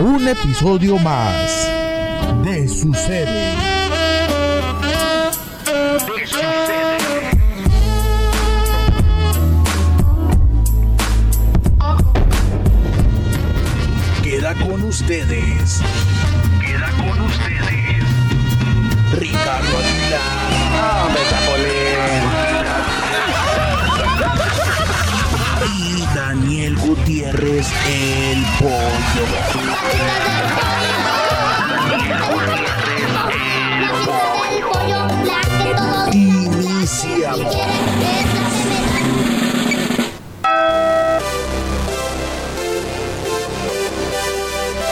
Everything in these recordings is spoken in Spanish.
un episodio más de Sucede. Queda con ustedes. Queda con ustedes. Ricardo Aguilar. Ah, Y Daniel Gutiérrez, el pollo. Iniciamos.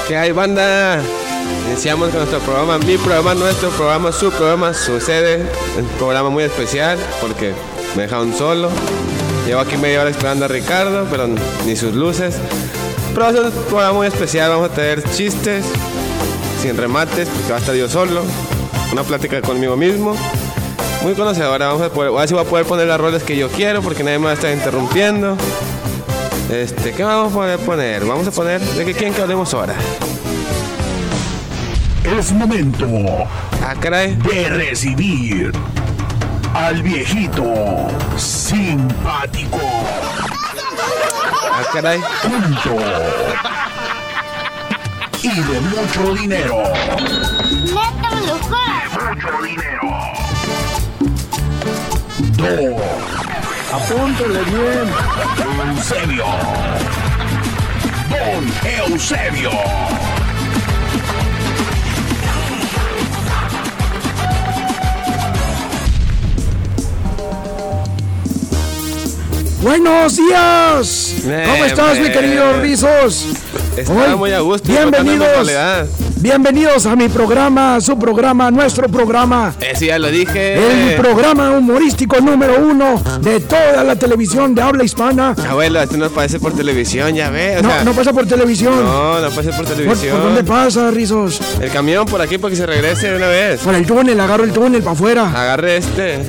¿Qué hay, banda? Iniciamos con nuestro programa, mi programa, nuestro programa, su programa, sucede. Un programa muy especial porque me dejaron solo. Llevo aquí media hora esperando a Ricardo, pero ni sus luces. Pero va a ser un programa muy especial. Vamos a tener chistes sin remates porque va a estar yo solo. Una plática conmigo mismo. Muy conocedora. Vamos a poder, ahora sí voy a poder poner las roles que yo quiero porque nadie me va a estar interrumpiendo. Este, ¿qué vamos a poder poner? Vamos a poner de qué quieren que hablemos ahora. Es momento Ah, caray. de recibir al viejito simpático. Ah, caray. Punto. Y de mucho dinero. Neta locura. Mucho dinero. Dos. Apúntele bien. Eusebio. Don Eusebio. Buenos días. Eh, ¿Cómo estás, mi hombre. querido Rizos? Estaba Hoy, muy a gusto. tocando en Bienvenidos. soledad. Bienvenidos a mi programa, su programa, nuestro programa. Eh, sí, ya lo dije. El programa humorístico número uno de toda la televisión de habla hispana. Abuelo, esto no aparece por televisión, ya ves. O No, sea, no pasa por televisión. no, no aparece por ¿Por, por televisión. dónde pasa, Rizos? El camión por aquí para que se regrese de una vez. Por el túnel, agarro el túnel para afuera. Agarre este.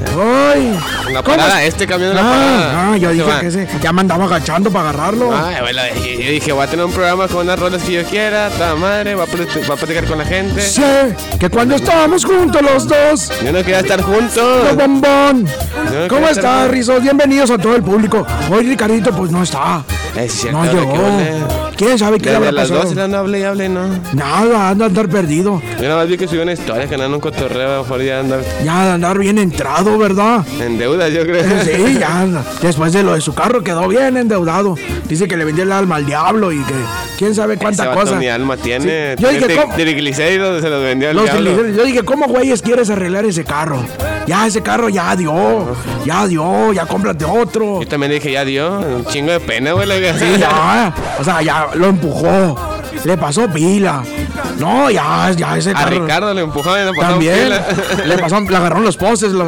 ¡Ay! La ¿Cómo parada, es- este camión de la Ah, parada. ah, yo Se dije va. Ah. que ese. Ya me andaba agachando para agarrarlo. Ay, abuelo, dije- yo dije, voy a tener un programa con unas rolas que yo quiera, toda madre, voy a, pl- voy a platicar con la gente. Sé que cuando estábamos juntos los dos, Yo no quería estar ¡Qué juntos. bombón! este no ¿Cómo quería está, estar- Rizos? Bienvenidos a todo el público. Hoy Ricardito, pues no está. Eh, sí, No cierto, qué llegó. ole. ¿Quién sabe qué le Desde habrá las pasado? 12 no hablé y hablé, no. Nada, anda a andar perdido. Yo nada más vi que subió una historia que andaba en un cotorreo, a lo mejor ya andaba Ya de andar bien entrado, ¿verdad? en deuda, yo creo. Sí, ya. anda. Después de lo de su carro quedó bien endeudado. Dice que le vendió el alma al diablo y que quién sabe Ese cuánta vato cosa. Mi alma tiene. Sí. Yo dije, tri- ¿cómo? Triglicéridos se los vendió al Los diablo. triglicéridos. Yo dije, ¿cómo güeyes quieres arreglar ese carro? Ya ese carro ya dio, ya dio, ya cómprate otro. Yo también dije, ya dio. Un chingo de pena, güey. la verdad. Sí, ya. O sea, ya lo empujó. Le pasó pila. No, ya, ya ese A carro. Ricardo le empujaron y le pasaron También. pila. Le pasó, le agarraron los postes. lo-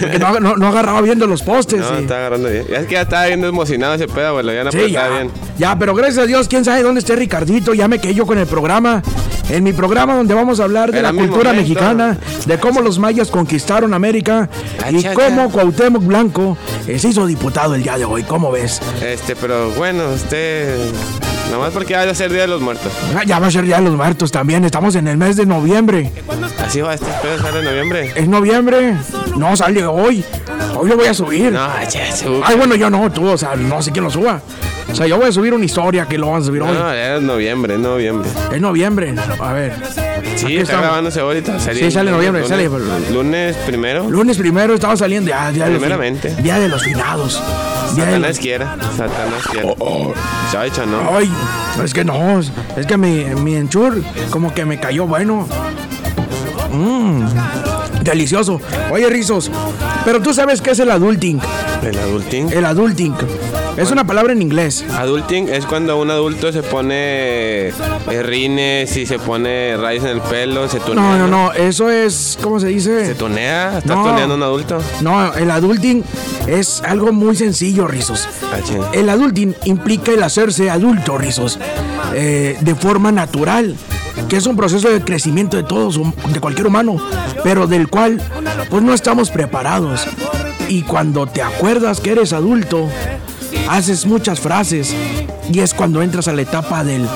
porque no, no- no agarraba viendo los postes. No, sí. está agarrando bien. Ya es que ya estaba bien emocionado ese pedo, güey. Ya no Sí, apretaba ya. Ah, pues, bien. Ya, pero gracias a Dios, quién sabe dónde esté Ricardito. Ya me quedé yo con el programa. En mi programa donde vamos a hablar de Era la mi cultura momento. mexicana, de cómo los mayas conquistaron América La y chacha. cómo Cuauhtémoc Blanco eh, se hizo diputado el día de hoy. ¿Cómo ves? Este, pero bueno, usted. Nomás porque va a ser Día de los Muertos. Ah, Ya va a ser Día de los Muertos también. Estamos en el mes de noviembre. Así va, este pedo sale en noviembre. Es noviembre. No sale hoy. Hoy lo voy a subir. No, ya, se Ay, bueno, yo no, tú, o sea, no sé quién lo suba. O sea, yo voy a subir una historia que lo van a subir No, hoy. no, ya es noviembre, es noviembre. Es noviembre. A ver. Sí, Aquí está estamos. grabándose ahorita. Sí, sale en noviembre, lunes- sale, pero- Lunes primero. Lunes primero estaba saliendo. Ah, día de los- Primeramente. día de los finados. Día de Satanás los- quiera. Satanás quiera. Oh, Chacha, ¿no? Ay, es que no. Es que mi, mi enchur como que me cayó bueno. Mmm. Delicioso. Oye, Rizos, pero tú sabes qué es el adulting. El adulting. El adulting. Es una palabra en inglés. Adulting es cuando un adulto se pone eh, rines y se pone raíz en el pelo, se tunea. No, no, no, eso es, ¿cómo se ¿Se dice? tunea? ¿Estás No. tuneando un adulto? No, el adulting es algo muy sencillo, Rizos. Ah, sí. El adulting implica el hacerse adulto, Rizos, eh, de forma natural, que es un proceso de crecimiento de todos, hum- de cualquier humano, pero del cual pues no estamos preparados. Y cuando te acuerdas que eres adulto, haces muchas frases y es cuando entras a la etapa del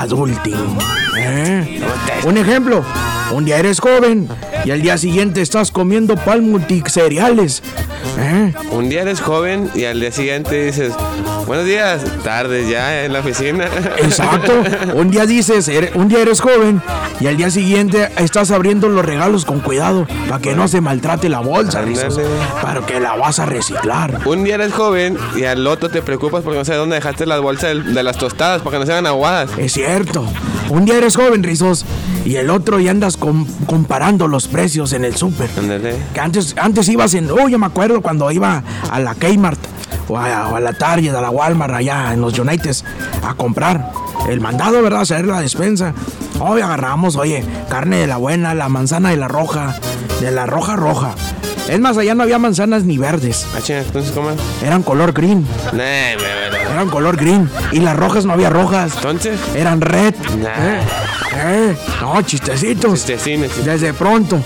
adulting. ¿eh? Un ejemplo, un día eres joven y al día siguiente estás comiendo pan multicereales. ¿eh? Un día eres joven y al día siguiente dices, buenos días, tarde ya en la oficina. Eh. Exacto. Un día dices, "Ere- un día eres joven y al día siguiente estás abriendo los regalos con cuidado para que no se maltrate la bolsa, Ándale. Rizos, para que la vas a reciclar. Un día eres joven y al otro te preocupas porque no sé dónde dejaste las bolsas del- de las tostadas para que no se hagan aguadas. Es cierto. Un día eres joven, Rizos, y el otro ya andas com- comparando los precios en el súper. Ándale. Que antes, antes ibas en. Oh, yo me acuerdo cuando iba a la Kmart o a, o a la Target, a la Walmart, allá en los United, a comprar el mandado, ¿verdad? A hacer la despensa. Hoy agarramos, oye, carne de la buena, la manzana de la roja, de la roja roja. Es más, allá no había manzanas ni verdes, Ah, chinga, entonces cómo. es? eran color green, Nah, me- me- eran color green, y las rojas no había rojas, Entonces, eran red. Nah. Eh, eh, no, chistecitos. este cine. sí. Desde pronto.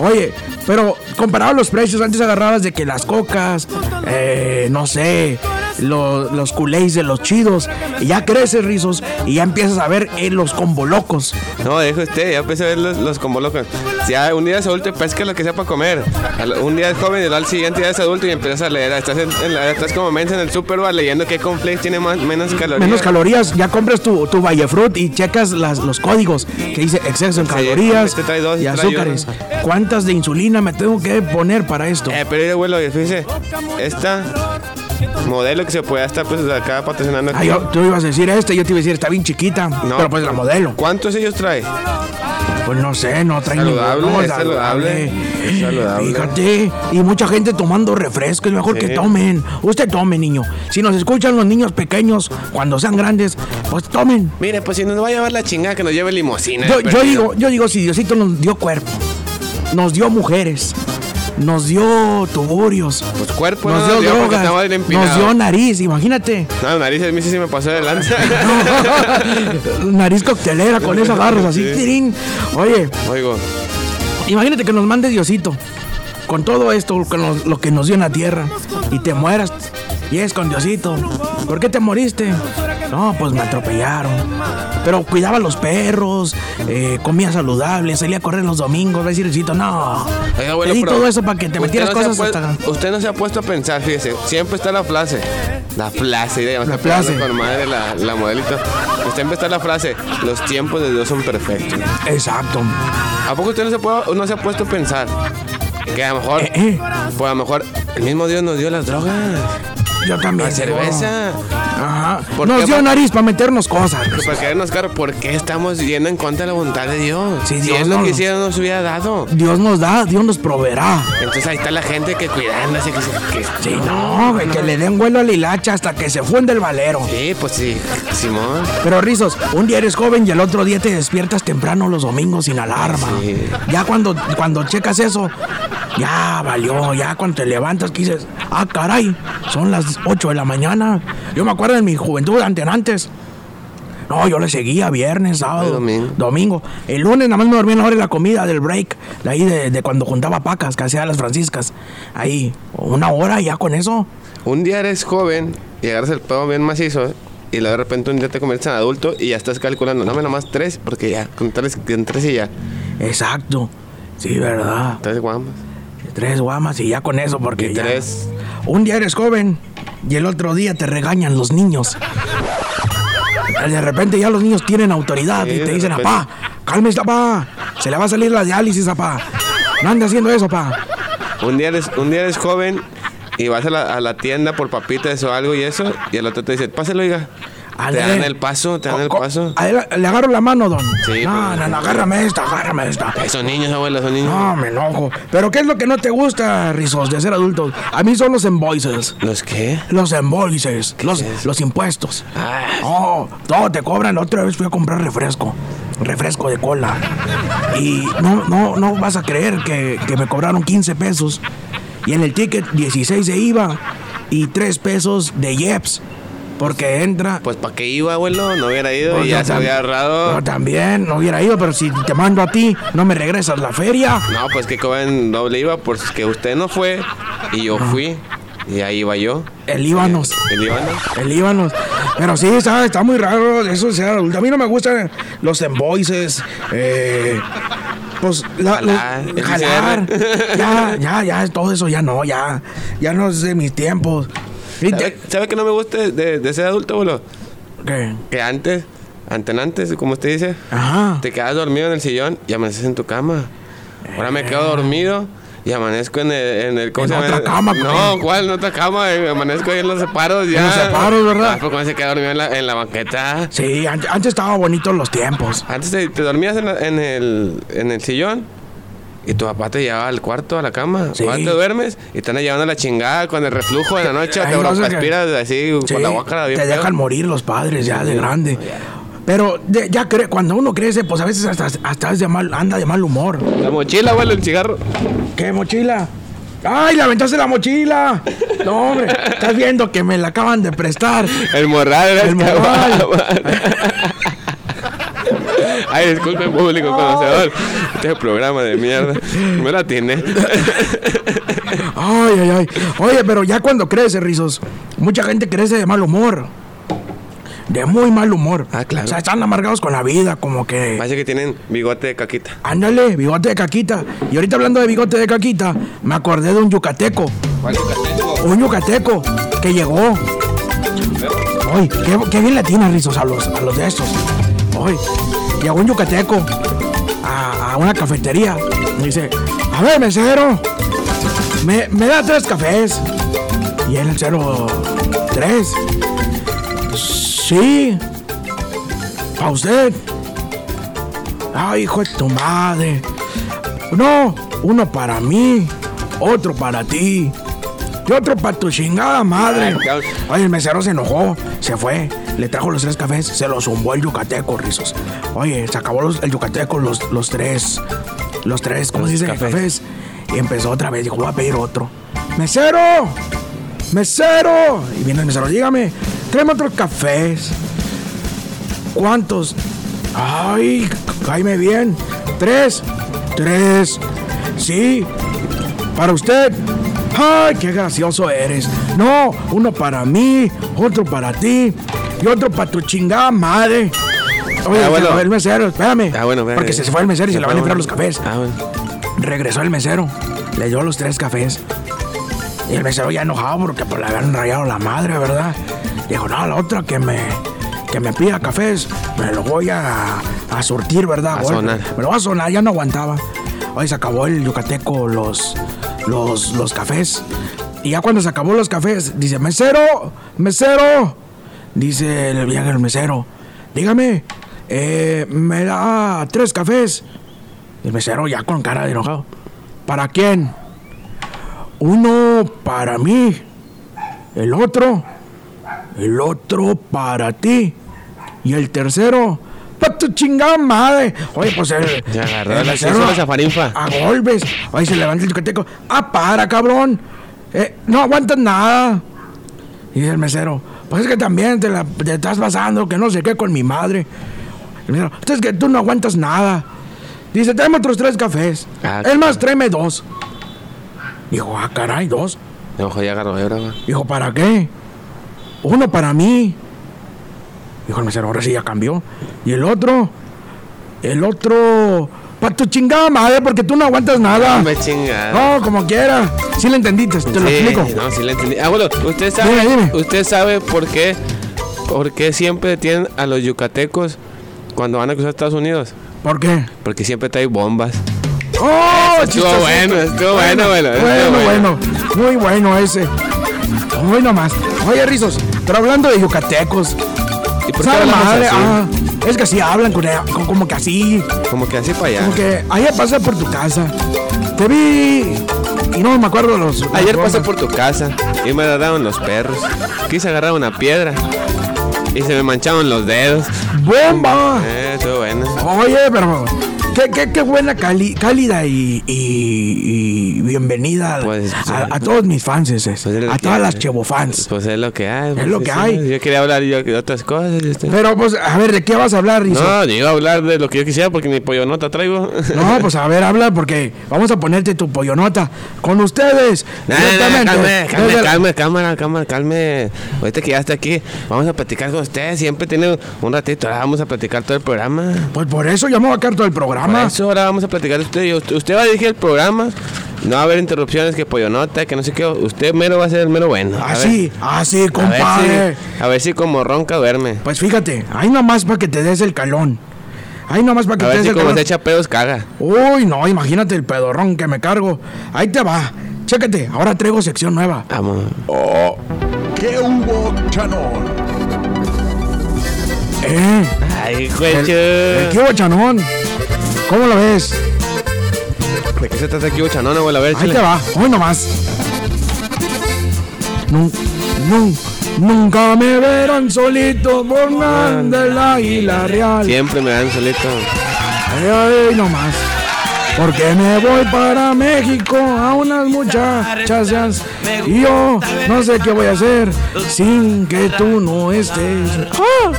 Oye, pero comparado a los precios, antes agarrabas de que las cocas, eh, no sé, lo- los culés de los chidos, y ya creces, rizos, y ya empiezas a ver eh, los combolocos. No, dijo usted, ya empecé a ver los, los como locos. Si ya un día eres adulto, pesca lo que sea para comer. Al- Un día eres joven y luego al siguiente día eres adulto y empiezas a leer. Estás, en, en la- estás como mensa en el super bar leyendo qué conflicto tiene más, menos calorías. Menos calorías, ya compras tu, tu Vallefrut y checas las, los códigos que dice exceso en calorías este trae dos, y trae azúcares. ¿Cuántas de insulina me tengo que poner para esto? Eh, pero mira, abuelo, fíjese, esta modelo que se puede estar pues acá patrocinando. Ah, yo- tú ibas a decir este, yo te iba a decir, está bien chiquita, No. pero pues la modelo. ¿Cuántos ellos trae? Pues no sé, no traen Saludable, ninguno, es saludable, es saludable. Fíjate, y mucha gente tomando refresco, es mejor Sí. que tomen. Usted tome, niño. Si nos escuchan los niños pequeños cuando sean grandes, pues tomen. Mire, pues si nos va a llevar la chingada que nos lleve limosina. Yo, de yo Eh, perdido. digo, yo digo, si Diosito nos dio cuerpo, nos dio mujeres, nos dio tuburios, Pues cuerpo nos no dio nos dio porque drogas, estaba bien empinado. nos dio nariz, imagínate. No, Ah, narices, a mí sí se me pasó de lanza. nariz coctelera con esas garras así, Sí. tirín. Oye, Oigo, Imagínate que nos mande Diosito con todo esto, con lo, lo que nos dio en la tierra, y te mueras. Y es con Diosito. ¿Por qué te moriste? No, pues me atropellaron. Pero cuidaba a los perros, eh, comía saludable, salía a correr los domingos. Va a decir Diosito, no. oiga, abuelo, te di pero todo eso para que te usted metieras no se ha cosas puesto- hasta. Usted no se ha puesto a pensar, fíjese. Siempre está la frase. La frase. ya me La está pegando frase. Con madre la, la modelito. Siempre está la frase. Los tiempos de Dios son perfectos. Exacto. ¿A poco usted no se, puede- no se ha puesto a pensar? Que a lo mejor, Eh, eh. pues a lo mejor el mismo Dios nos dio las drogas, Yo también. la cerveza, Ajá. ¿Por Nos qué? dio nariz para meternos cosas. que para querernos caro. ¿Por qué estamos yendo en contra de la voluntad de Dios? Sí, si Dios Él lo no- quisiera, nos hubiera dado. Dios nos da, Dios nos proveerá. Entonces ahí está la gente que cuidándose. Que, que- Sí, no, güey, que le den vuelo a la hilacha hasta que se funde el valero. Sí, pues sí, Simón. Pero Rizos, un día eres joven y el otro día te despiertas temprano los domingos sin alarma. Sí. Ya cuando, cuando checas eso, ya valió, ya cuando te levantas que dices, ah, caray, son las 8 de la mañana. Yo me acuerdo en mi juventud, antes, antes. No, yo le seguía viernes, sábado, domingo. domingo. El lunes nada más me dormía en la hora de la comida del break, de ahí de, de cuando juntaba pacas, que hacía las franciscas. Ahí, una hora y ya con eso. Un día eres joven y agarras el pedo bien macizo. Y luego de repente un día te conviertes en adulto y ya estás calculando, no, nomás tres, porque ya, con tres, con tres y ya. Exacto. Sí, verdad. Tres guamas. Tres guamas y ya con eso, porque Y ya- tres. Un día eres joven y el otro día te regañan los niños. De repente ya los niños tienen autoridad Sí, y te de dicen, repente. apá, cálmese, apá. Se le va a salir la diálisis, apá. No ande haciendo eso, apá. Un día eres, un día eres joven y vas a la, a la tienda por papitas o algo y eso, y el otro te dice, páselo, oiga. Te Ándale. dan el paso, te dan el Co- ah. co- paso. Adela- Le agarro la mano, don. Sí, pues. no, pero- no, no, agárrame esta, agárrame esta. Ay, son niños, abuelo, son niños. No, me enojo. Pero ¿qué es lo que no te gusta, Rizos, de ser adulto? A mí son los emboices. ¿Los qué? Los embolses, los, los impuestos. Ah, Oh, todo te cobran. La Otra vez fui a comprar refresco. Refresco de cola. Y no, no, no vas a creer que, que me cobraron 15 pesos. Y en el ticket 16 de IVA y 3 pesos de IEPS. Porque entra. Pues para qué iba, abuelo, no hubiera ido Pues y yo ya se tam- había yo ahorrado. también no hubiera ido, pero si te mando a ti, no me regresas la feria. No, pues que cobran doble IVA porque usted no fue y yo fui y ahí iba yo. El Líbanos. ¿El Líbano? El Líbanos. Pero sí, ¿sabes? está muy raro eso de ser adulto. A mí no me gustan los emboices. eh, pues, la- Jalar, los- el jalar. ICR. Ya, ya, ya, todo eso ya no, ya. Ya no es de mis tiempos. Y ¿Sabes te- sabe que no me gusta de, de ser adulto, boludo? ¿Qué? Que antes, antes, antes, como usted dice, Ajá. te quedas dormido en el sillón y amaneces en tu cama. Ahora me quedo dormido y amanezco en el... En, el, ¿cómo En se llama? otra cama, No, compadre. ¿cuál? En otra cama. eh, Amanezco ahí en los separos ya. los separos, ¿verdad? Ah, pues cuando se queda dormido en la, en la banqueta. Sí, an- antes estaban bonitos los tiempos. Antes te, te dormías en, la- en el, en el sillón y tu papá te llevaba al cuarto, a la cama. Sí. Ahora te duermes y te andan llevando la chingada con el reflujo de la noche. Ahí Te vas a que- aspiras así Sí, con la guácara bien te feo. dejan morir los padres ya de grande. Pero de- ya cre- cuando uno crece, pues a veces hasta, hasta es de mal, anda de mal humor. La mochila, güey, el cigarro. ¿Qué mochila? ¡Ay, le aventaste la mochila! No, hombre, estás viendo que me la acaban de prestar. El morral era El morral. Ay, disculpe, público conocedor. Este programa de mierda. Me la tiene. Ay, ay, ay. Oye, pero ya cuando crece, Rizos, mucha gente crece de mal humor. De muy mal humor. Ah, claro. O sea, están amargados con la vida, como que... Parece que tienen bigote de caquita. Ándale, bigote de caquita. Y ahorita hablando de bigote de caquita, me acordé de un yucateco. Un yucateco que llegó. Ay, qué, qué bien latina, Rizos, a los, a los de estos. Ay, llegó un yucateco a, a una cafetería. Y dice, a ver, mesero, me, me da tres cafés. Y él el cero, tres. Sí, pa' usted. Ay, hijo de tu madre. No, uno para mí, otro para ti y otro para tu chingada madre. cabrón. Oye, el mesero se enojó, se fue, le trajo los tres cafés, se los zumbó el yucateco, rizos. Oye, se acabó los- el yucateco, los, los tres, los tres, ¿cómo se dice? cafés. Cafés. Y empezó otra vez, dijo, voy a pedir otro. ¡Mesero! ¡Mesero! Y viene el mesero, dígame, tráeme otros cafés. ¿Cuántos? Ay, caime bien. Tres. Tres. Sí. Para usted. Ay, qué gracioso eres. No, uno para mí, otro para ti y otro para tu chingada madre. Oye, Ah, bueno. se fue el mesero, espérame. Ah, bueno, espérame. Porque se fue el mesero y se le van a fue, entrar los bueno. cafés. Ah, bueno. Regresó el mesero, le dio los tres cafés. Y el mesero ya enojado porque pues, le habían rayado la madre, ¿verdad? Dijo, no, la otra que me, que me pida cafés, me lo voy a, a surtir, ¿verdad? A Golpe. sonar. Me lo va a sonar, ya no aguantaba. Hoy se acabó el yucateco, los, los, los cafés. Y ya cuando se acabó los cafés, dice, mesero, mesero. Dice el viaje del mesero, dígame, eh, me da tres cafés. El mesero ya con cara de enojado. ¿Para quién? Uno para mí, el otro, el otro para ti y el tercero para tu chingada madre. Oye, pues el, Se agarró el la- mesero hizo la zafarinfa. a golpes. Ahí se levanta el yucateco. Ah, para, cabrón. Eh, no aguantas nada. Y dice el mesero, pues es que también te, la, te estás pasando, que no sé qué con mi madre. El mesero, pues es que tú no aguantas nada. Dice, tráeme otros tres cafés. Ah, es más, tráeme dos. Dijo, ah, caray, dos. Me ojo ya agarró hebra, güey. Dijo, ¿para qué? Uno para mí. Dijo el mesero, ahora sí ya cambió. Y el otro, el otro, para tu chingada madre, porque tú no aguantas nada. Me chingada. Ah. No, como quiera. Si le entendiste, te lo Sí, explico. No, sí le entendí. Abuelo, usted sabe, Dime, dime. usted sabe por qué, por qué siempre tienen a los yucatecos cuando van a cruzar Estados Unidos. ¿Por qué? Porque siempre trae bombas. ¡Oh! Estuvo chistosito! bueno, estuvo bueno, bueno, estuvo Bueno, bueno. bueno. Muy bueno ese. Muy nomás. Oye, Rizos, pero hablando de yucatecos. ¿Y por qué ¿sabe hablamos madre? así? Ah, es que así hablan con, con- como que así. Como que así para allá. Como que ayer pasé por tu casa. Te vi. Y no me acuerdo los. las Ayer bromas. pasé por tu casa y me agarraron los perros. Quise agarrar una piedra y se me mancharon los dedos. ¡Bomba! Eh, estuvo bueno. Oye, pero. Qué, qué, qué buena, cali- cálida y, y- y bienvenida Pues, a, sí. a todos mis fans, ese, Pues es lo a que todas hay. las Chevo fans. Pues es lo que hay. pues, lo que hay. Yo quería hablar yo de otras cosas. y usted- Pero pues, a ver, ¿de qué vas a hablar, Rizo? No, yo iba a hablar de lo que yo quisiera porque mi pollo nota traigo. No, pues a ver, habla porque vamos a ponerte tu pollonota con ustedes. No, no, no, directamente, calme, calme, desde la- calme, cámara, cámara, calme. Ahorita que ya está aquí, vamos a platicar con ustedes. Siempre tiene un ratito, ahora vamos a platicar todo el programa. Pues por eso ya me voy a quedar todo el Por programa. eso ahora vamos a platicar de usted. Y Usted, usted va a dirigir el programa. No va a haber interrupciones, que pollo nota, que no sé qué. Usted mero va a ser el mero bueno. A Así, así, ver- A Ah, compadre. ver, si, a ver si como ronca duerme. Pues fíjate, ahí nomás para que te des el calón. Ahí nomás para que A te ver des si el como calón. se echa pedos caga. Uy, no, imagínate el pedorrón que me cargo. Ahí te va. Chécate, ahora traigo sección nueva. Vamos. ¿Qué hubo, Chanón? Eh, Ay, el, cuecho. el Kibo Chanón. ¿Cómo lo ves? ¿De qué se trata aquí, chanón, abuelo? A ver, Ahí échale. te va, hoy nomás. Nun, nun, nunca me verán solito por del águila real. Siempre me dan solito. Ay, ay, nomás. Porque me voy para México a unas muchachas y yo no sé qué voy a hacer sin que tú no estés. ¡Ah!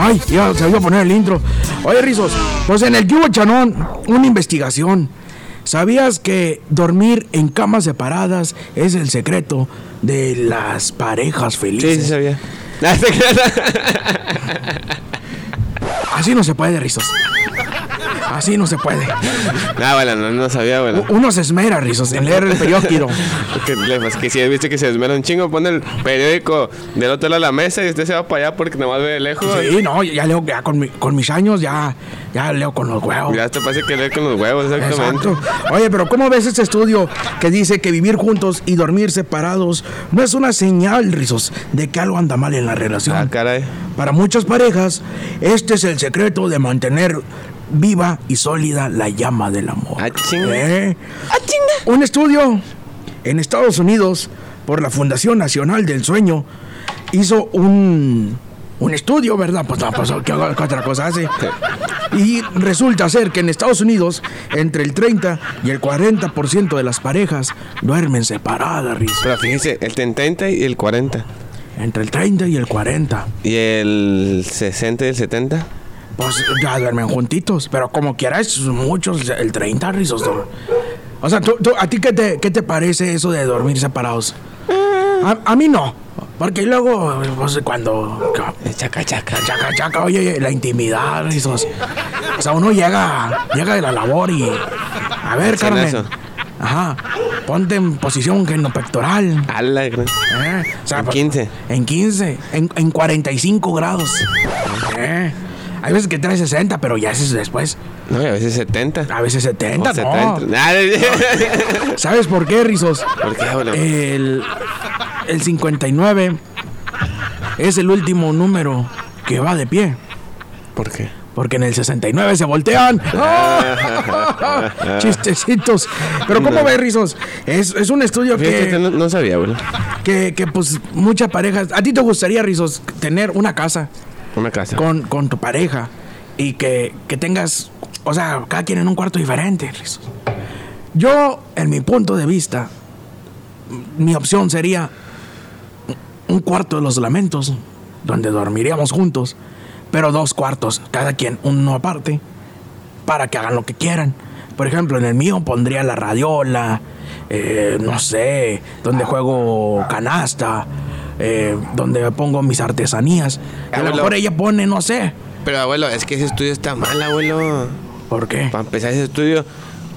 Ay, ya se iba a poner el intro. Oye, Rizos, pues en el Cubo Chanón, una investigación. ¿Sabías que dormir en camas separadas es el secreto de las parejas Sí, sí, felices? sabía. Ah, se queda- Así no se puede, Rizos. Así no se puede. No, abuela, Ah, no, no sabía, abuela. Uno se esmera, Rizos, en leer el periódico. Que, le- pues, que si has visto que se desmera un chingo, pone el periódico del otro lado de la mesa y usted se va para allá porque nomás ve de lejos. Sí, no, ya leo ya con, mi- con mis años, ya, ya leo con los huevos. Ya te parece que lee con los huevos, exactamente. Exacto. Oye, pero ¿cómo ves este estudio que dice que vivir juntos y dormir separados no es una señal, Rizos, de que algo anda mal en la relación? Ah, caray. Para muchas parejas, este es el secreto de mantener viva y sólida la llama del amor. Ah, chinga. ¿Eh? Un estudio en Estados Unidos por la Fundación Nacional del Sueño hizo un, un estudio, ¿verdad? Pues no, pues, ¿qué hago- qué otra cosa hace? Y resulta ser que en Estados Unidos entre el 30 y el 40% de las parejas duermen separadas, Riz. Pero fíjense, el 30 y el 40. Entre el 30 y el 40. Y el 60 y el 70. Pues ya duermen juntitos, pero como quieras, muchos, el 30 rizos. ¿no? O sea, tú, tú- ¿a ti qué te, qué te parece eso de dormir separados? A, a mí no, porque luego, pues cuando... Chaca, chaca. Chaca, chaca, oye, oye, la intimidad, rizos. O sea, uno llega, llega de la labor y... A ver, Hacen Carmen. eso. Ajá, ponte en posición genopectoral. A la gran- ¿Eh? O sea, En pues, 15. En 15. En, en 45 grados. ¿Eh? Hay veces que trae 60, pero ya es después. No, y a veces 70. A veces 70, O Ah, ¿no? 70. Ah, ¿Sabes por qué, Rizos? ¿Por qué, abuelo? Eh, El, el 59 es el último número que va de pie. ¿Por qué? Porque en el 69 se voltean. ¡Ah! Chistecitos. Pero ¿cómo ves, Rizos? Es, es un estudio Fíjate, que... no, no sabía, abuelo. Que, que pues muchas parejas. ¿A ti te gustaría, Rizos, tener una casa Una casa. con, con tu pareja y que, que tengas, o sea, cada quien en un cuarto diferente, Rizos? Yo, en mi punto de vista, mi opción sería un cuarto de los lamentos, donde dormiríamos juntos, pero dos cuartos, cada quien uno aparte, para que hagan lo que quieran. Por ejemplo, en el mío pondría la radiola, eh, no sé, donde juego canasta, eh, donde pongo mis artesanías. A lo Abuelo. mejor ella pone, no sé, Pero, abuelo, es que ese estudio está mal, abuelo. ¿por qué? Para empezar ese estudio.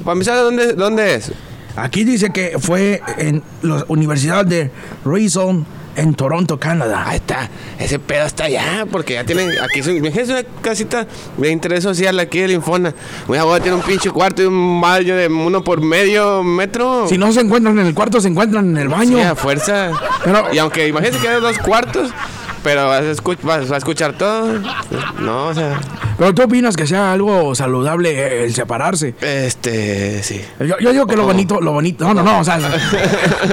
Para empezar, ¿dónde, dónde es? Aquí dice que fue en la Universidad de Reason en Toronto, Canadá. Ahí está, ese pedo está allá, porque ya tienen, aquí es, un- es una casita de interés social aquí del Infona. Una abuela tiene un pinche cuarto y un baño de uno por medio metro. Si no se encuentran en el cuarto, se encuentran en el baño. Sí, a fuerza. Pero- y aunque imagínense que hay dos cuartos, pero vas a, escu- vas a escuchar todo. No, o sea, Pero tú opinas que sea algo saludable eh, el separarse. este, sí. Yo, yo digo que lo bonito, lo bonito. No, no, no. O sea,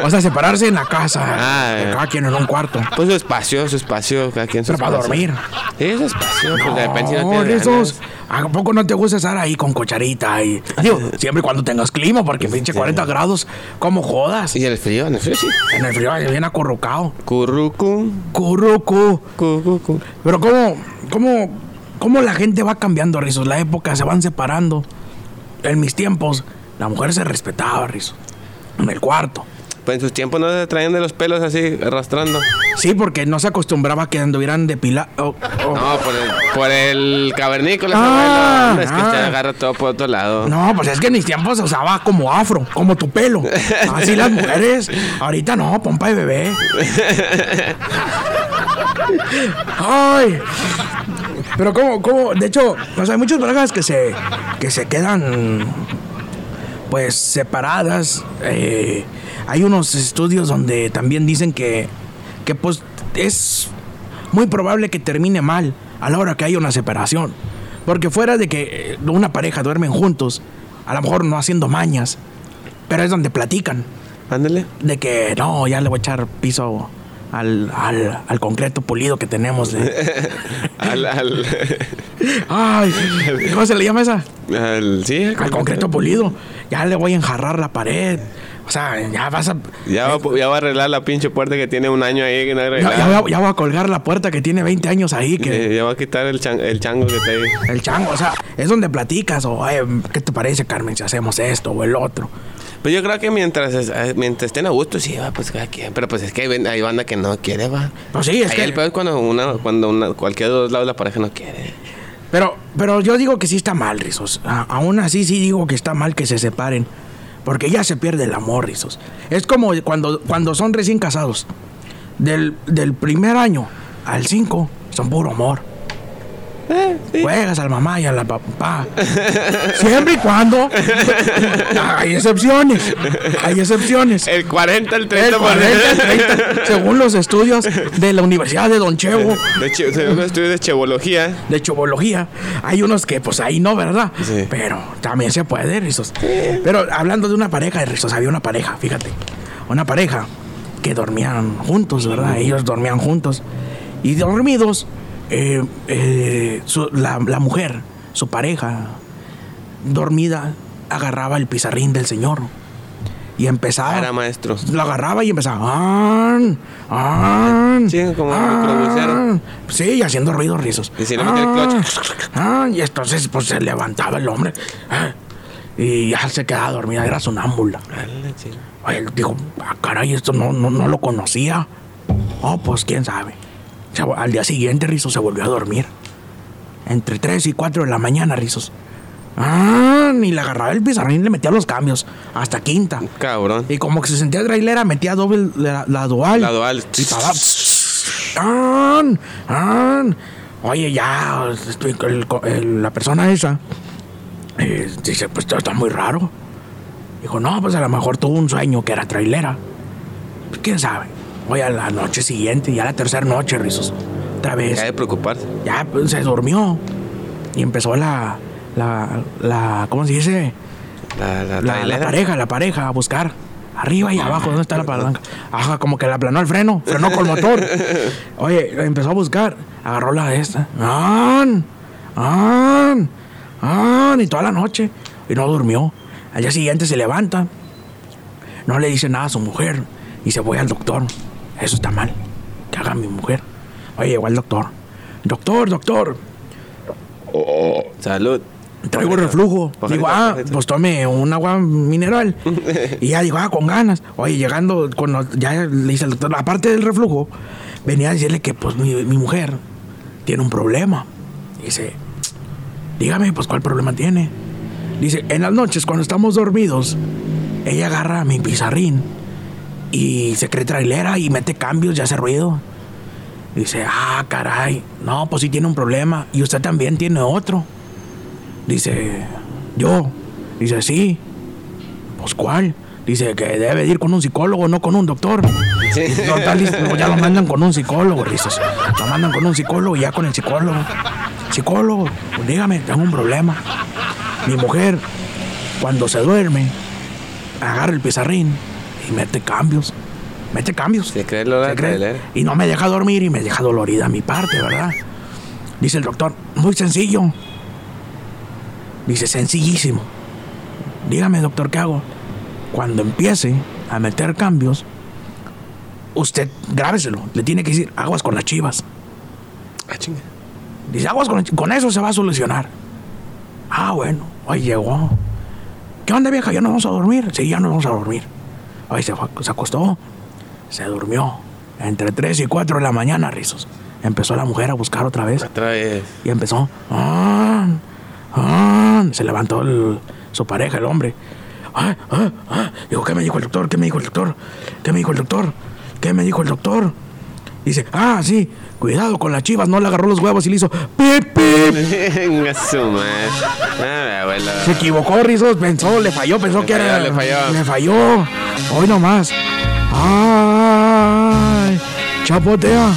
o sea separarse en la casa. Ah, de eh. cada quien en un cuarto. Pues su espacio, su espacio, cada quien su Pero para espacio. dormir. Sí, su espacio, pues de repente si no No, tiene ganas. Rizos, Oh, ¿A poco no te gusta estar ahí con cocharita? Y, digo, siempre y cuando tengas clima, porque pinche 40 grados, ¿cómo jodas? Y en el frío, en el frío sí. En el frío ay, bien acurrucado. Currucu, Currucu. currucu. Pero cómo, cómo, cómo la gente va cambiando, Rizos. La época se van separando. En mis tiempos, la mujer se respetaba, Rizos. En el cuarto. Pues en sus tiempos no se traían de los pelos así arrastrando. Sí, porque no se acostumbraba a que anduvieran depilados. No, por el, por el cavernícola. Oh. Ah, abuelo. es que ah. usted agarra todo por otro lado. No, pues es que en mis tiempos se usaba como afro, como tu pelo. Así las mujeres. Ahorita no, pompa de bebé. Ay. Pero cómo, cómo, de hecho, o sea, hay muchas parejas que se, que se quedan pues separadas. Eh, hay unos estudios donde también dicen que, que pues es muy probable que termine mal a la hora que haya una separación. Porque fuera de que eh, una pareja duermen juntos, a lo mejor no haciendo mañas, pero es donde platican Ándale. de que no, ya le voy a echar piso al, al, al concreto pulido que tenemos. de- Al, al, Ay, ¿cómo se le llama esa? al- sí, Al concreto pulido. Ya le voy a enjarrar la pared. O sea, ya vas a. Ya va, ya va a arreglar la pinche puerta que tiene un año ahí que no ha Ya, arreglado. ya voy a- ya voy a colgar la puerta que tiene 20 años ahí. Que, Eh, ya va a quitar el, chan- el chango que está ahí. El chango, o sea, es donde platicas, o "Oye, ¿qué te parece, Carmen, si hacemos esto o el otro? Pues yo creo que mientras, es- eh, mientras estén a gusto, sí, va, pues cada quien. Pero pues es que hay, ben- hay banda que no quiere, va. Pues sí, es Ahí que- el peor es cuando, una, cuando una, cualquiera de los lados la pareja no quiere. Pero, pero yo digo que sí está mal, Rizos. A- aún así sí digo que está mal que se separen. Porque ya se pierde el amor, Rizos. Es como cuando, cuando son recién casados. Del, del primer año al cinco son puro amor. Juegas al mamá y a la papá. Siempre y cuando hay excepciones. Hay excepciones. El 40, el 30, El 40, el 30, según los estudios de la Universidad de Don Chevo, De hecho, según los estudios de chevología, de Chevología, hay unos que pues ahí no, ¿verdad? Sí. Pero también se puede, Rizos. Pero hablando de una pareja, Rizos, había una pareja, fíjate, una pareja que dormían juntos, ¿verdad? Ellos dormían juntos. Y dormidos, eh, eh, su- la, la mujer, su pareja, dormida, agarraba el pizarrín del señor. Y empezaba... era maestro. Lo agarraba y empezaba. "Arn, arn, Sí, como un arn". microbusero. Sí, y haciendo ruidos rizos. Y si le metía el clutch. "Arn". Y entonces, pues se levantaba el hombre. "Ah". Y ya se quedaba dormida, era sonámbula. Ay, él dijo, "Ah, caray, esto no, no, no lo conocía. Oh, pues quién sabe. Se vol- al día siguiente, Rizos se volvió a dormir. Entre 3 y 4 de la mañana, Rizos. Ah, ni le agarraba el pizarrín, le metía los cambios. Hasta quinta. Cabrón. Y como que se sentía trailera, metía doble la, la dual. La dual. Y para abajo. ¡An! ¡An! Oye, ya, estoy- el- el- la persona esa eh, dice, pues esto está muy raro. Dijo, no, pues a lo mejor tuvo un sueño que era trailera. Pues, ¿Quién sabe? Oye, a la noche siguiente, ya la tercera noche, Rizos. Otra vez Ya de preocuparse. ya pues, se durmió y empezó la, la, la, ¿cómo se dice? La, la, La, la trailera. pareja, la pareja a buscar. Arriba y abajo, ¿dónde está la palanca? Ajá, como que la aplanó el freno, frenó con el motor. Oye, empezó a buscar, agarró la de esta. ¡An! ¡An! ¡An! Y toda la noche. Y no durmió. Al día siguiente se levanta. No le dice nada a su mujer. Y se voy al doctor. Eso está mal. Que haga mi mujer. Oye, llegó al doctor. Doctor, doctor, Oh, Salud. Traigo Pajarito. reflujo. Pajarito, digo, ah, pajarito. pues tome un agua mineral. y ya digo, ah, con ganas. Oye, llegando, cuando ya le dice al doctor, aparte del reflujo, venía a decirle que pues mi, mi mujer tiene un problema. Dice, dígame, pues cuál problema tiene. Dice, en las noches, cuando estamos dormidos, ella agarra mi pizarrín y se cree trailera y mete cambios y hace ruido. Dice, ah, caray, no, pues sí tiene un problema y usted también tiene otro. Dice, yo. Dice, sí. Pues cuál. Dice que debe de ir con un psicólogo, no con un doctor. Sí. Total, dice, pues, ya lo mandan con un psicólogo, rizos. Lo mandan con un psicólogo y ya con el psicólogo. Psicólogo, pues dígame, tengo un problema. Mi mujer, cuando se duerme, agarra el pizarrín y mete cambios. Mete cambios. Se cree lo de Se cree. trailera. Y no me deja dormir y me deja dolorida mi parte, ¿verdad? Dice el doctor, muy sencillo. Dice, sencillísimo. Dígame, doctor, ¿qué hago? Cuando empiece a meter cambios, usted grábeselo. Le tiene que decir, aguas con las chivas. Ah, chinga. Dice, aguas con, con eso se va a solucionar. Ah, bueno, hoy llegó. ¿Qué onda, vieja? ¿Ya nos vamos a dormir? Sí, ya nos vamos a dormir. Hoy se, fue- se acostó, se durmió. Entre 3 y 4 de la mañana, rizos. Empezó la mujer a buscar otra vez Otra vez. y empezó. "Ah, ah", se levantó el- su pareja, el hombre. "Ah, ah, ah". Dijo, ¿qué me dijo el doctor? ¿Qué me dijo el doctor? ¿Qué me dijo el doctor? ¿Qué me dijo el doctor? Dice, ah, sí, cuidado con las chivas, no le agarró los huevos y le hizo pip, pip. Venga, su madre. Ah, abuelo. Se equivocó, Rizos, pensó, le falló, pensó Le que era. falló, le falló. Le falló. Hoy nomás. Ay, chapotea.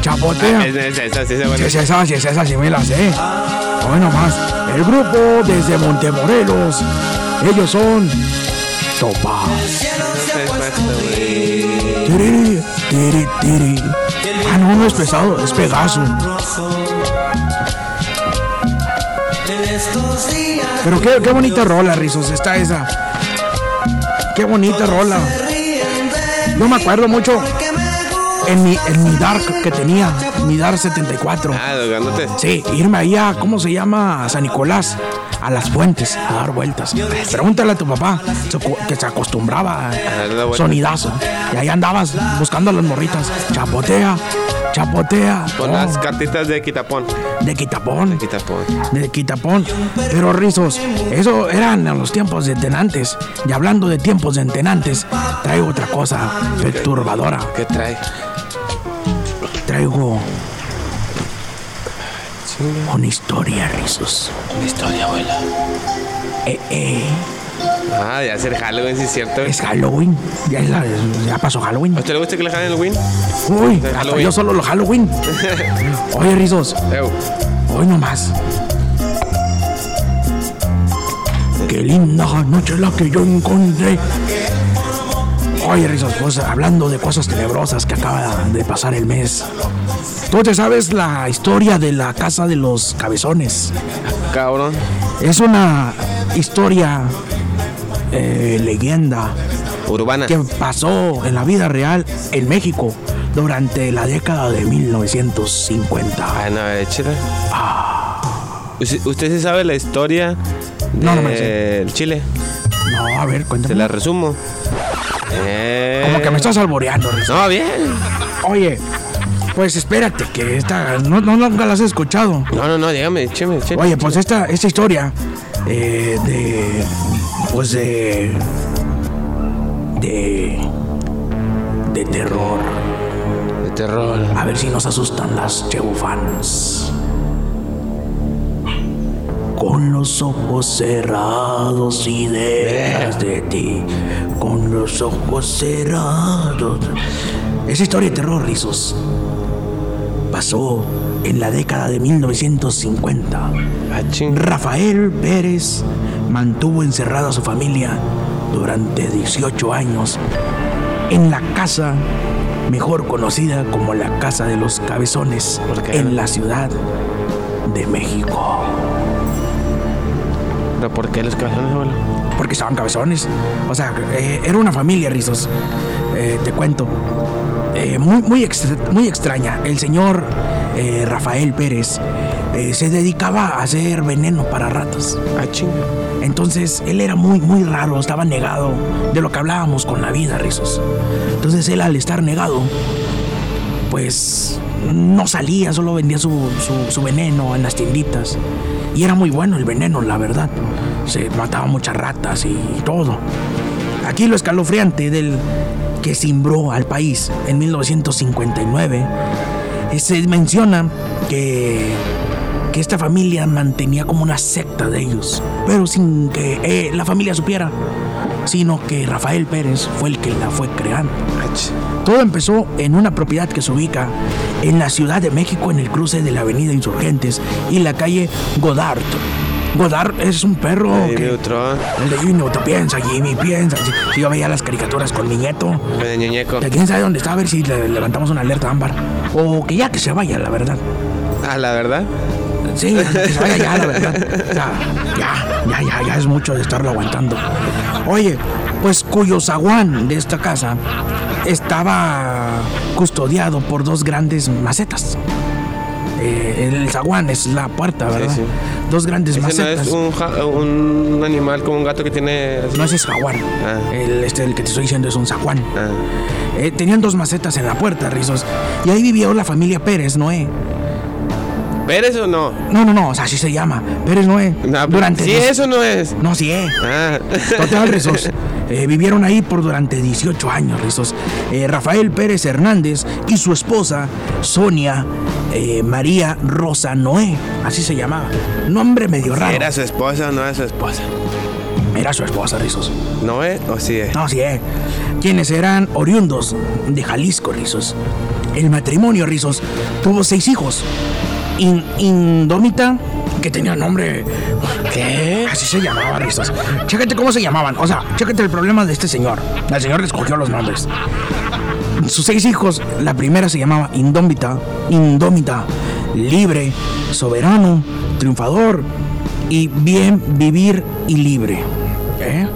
Chapotea. Ah, Es, es, esa sí se Si vuelve. Pues es esa, si es esa, si me la sé. Hoy nomás. El grupo desde Montemorelos. Ellos son. Topa. Tiri, tiri, tiri. Ah, no, no es pesado, es Pegaso. Pero qué, qué bonita rola, Rizos, está esa. Qué bonita rola. Yo me acuerdo mucho en mi, en mi Dark que tenía, mi Dark 74. Ah, drogándote. Sí, irme ahí a, ¿cómo se llama? A San Nicolás, a las fuentes, a dar vueltas. Pregúntale a tu papá, se acu- que se acostumbraba dar la a vuelta. sonidazo. Y ahí andabas buscando a las morritas. Chapotea, chapotea. Con Oh, las cartitas de quitapón. de quitapón, Quitapón. de quitapón. Pero rizos, eso eran en los tiempos de tenantes. Y hablando de tiempos de tenantes, traigo otra cosa perturbadora. ¿Qué trae? Traigo una historia, rizos. Una historia, abuela. Eh, eh. Ah, ya hacer Halloween, sí es cierto. Es Halloween. Ya, es la- ya pasó Halloween. ¿A usted le gusta que le jalen el win? Uy, hasta Ah, Halloween. yo solo lo Halloween. Oye, Rizos, Ew. hoy nomás. Qué linda noche la que yo encontré. Oye, Rizos, pues hablando de cosas tenebrosas que acaba de pasar el mes. Tú te sabes la historia de la casa de los cabezones. Cabrón. Es una historia, eh, leyenda, Urbana. que pasó en la vida real en México durante la década de 1950. Ah, no, échela. ¿Usted, usted sí sabe la historia del No, no me la sé. Chile. No, a ver, Te cuéntame. la resumo. Eh, Como que me estás alboreando, Riz. No, bien. Oye, pues espérate, que esta no, no nunca las has escuchado. No, no, no, dígame, écheme, écheme. Oye, pues esta, esta historia eh, de. Pues de. De. De terror. De terror. A ver si nos asustan las Chebufans. Con los ojos cerrados y detrás de ti. Con los ojos cerrados. Esa historia de terror, Rizos, pasó en la década de 1950. Ah, ching. Rafael Pérez mantuvo encerrada a su familia durante 18 años en la casa mejor conocida como la Casa de los Cabezones ¿Por qué? en la Ciudad de México. ¿Pero por qué los cabezones, abuelo? Porque estaban cabezones. O sea, eh, era una familia, Rizos. Eh, te cuento. Eh, muy, muy, extra- muy extraña. El señor eh, Rafael Pérez eh, se dedicaba a hacer veneno para ratas. Ah, ching. Entonces él era muy, muy raro, estaba negado de lo que hablábamos con la vida, Rizos. Entonces él al estar negado, pues no salía, solo vendía su, su- su veneno en las tienditas. Y era muy bueno el veneno, la verdad. Se mataba muchas ratas y todo. Aquí lo escalofriante del que cimbró al país en 1959, eh, se menciona que que esta familia mantenía como una secta de ellos, pero sin que eh, la familia supiera, sino que Rafael Pérez fue el que la fue creando. Ah, ching. Todo empezó en una propiedad que se ubica en la Ciudad de México en el cruce de la Avenida Insurgentes y la calle Godard. Godard es un perro Ahí que... vi otro. ah. El de Jimmy, tú piensa, Jimmy, piensa. Si, si yo veía las caricaturas con mi nieto, De ñoñeco. que quién sabe dónde está, a ver si le levantamos una alerta ámbar. O que ya que se vaya, la verdad. Ah, la verdad. Sí, que se vaya ya, la verdad. O sea, ya, ya, ya, ya es mucho de estarlo aguantando. Oye, pues cuyo zaguán de esta casa estaba custodiado por dos grandes macetas. Eh, el zaguán es la puerta, ¿verdad? sí. Dos grandes Ese no macetas. es un, ja- un animal como un gato que tiene. así? No, ese es jaguar. Ah. El, este, el que te estoy diciendo es un zaguán. Ah, Eh, tenían dos macetas en la puerta, Rizos. Y ahí vivió la familia Pérez Noé. ¿Pérez o no? No, no, no, o sea, así se llama. Pérez Noé. No, durante Ah, sí, los- eso no es. No, sí eh. es. Ah. Total, Rizos. eh, vivieron ahí por durante 18 años, Rizos. Eh, Rafael Pérez Hernández y su esposa, Sonia eh, María Rosa Noé. Así se llamaba. Nombre medio raro. ¿Era su esposa o no era su esposa? Era su esposa, Rizos. ¿No es o sí es? No, sí, eh. Quienes eran oriundos de Jalisco, Rizos. El matrimonio, Rizos, tuvo seis hijos. In- Indómita, que tenía nombre. ¿Qué? Así se llamaba, Rizos. Chécate cómo se llamaban. O sea, chécate el problema de este señor. El señor le escogió los nombres. Sus seis hijos, la primera se llamaba Indómita, Indómita, Libre, Soberano, Triunfador y Bien Vivir y Libre. ¿Eh?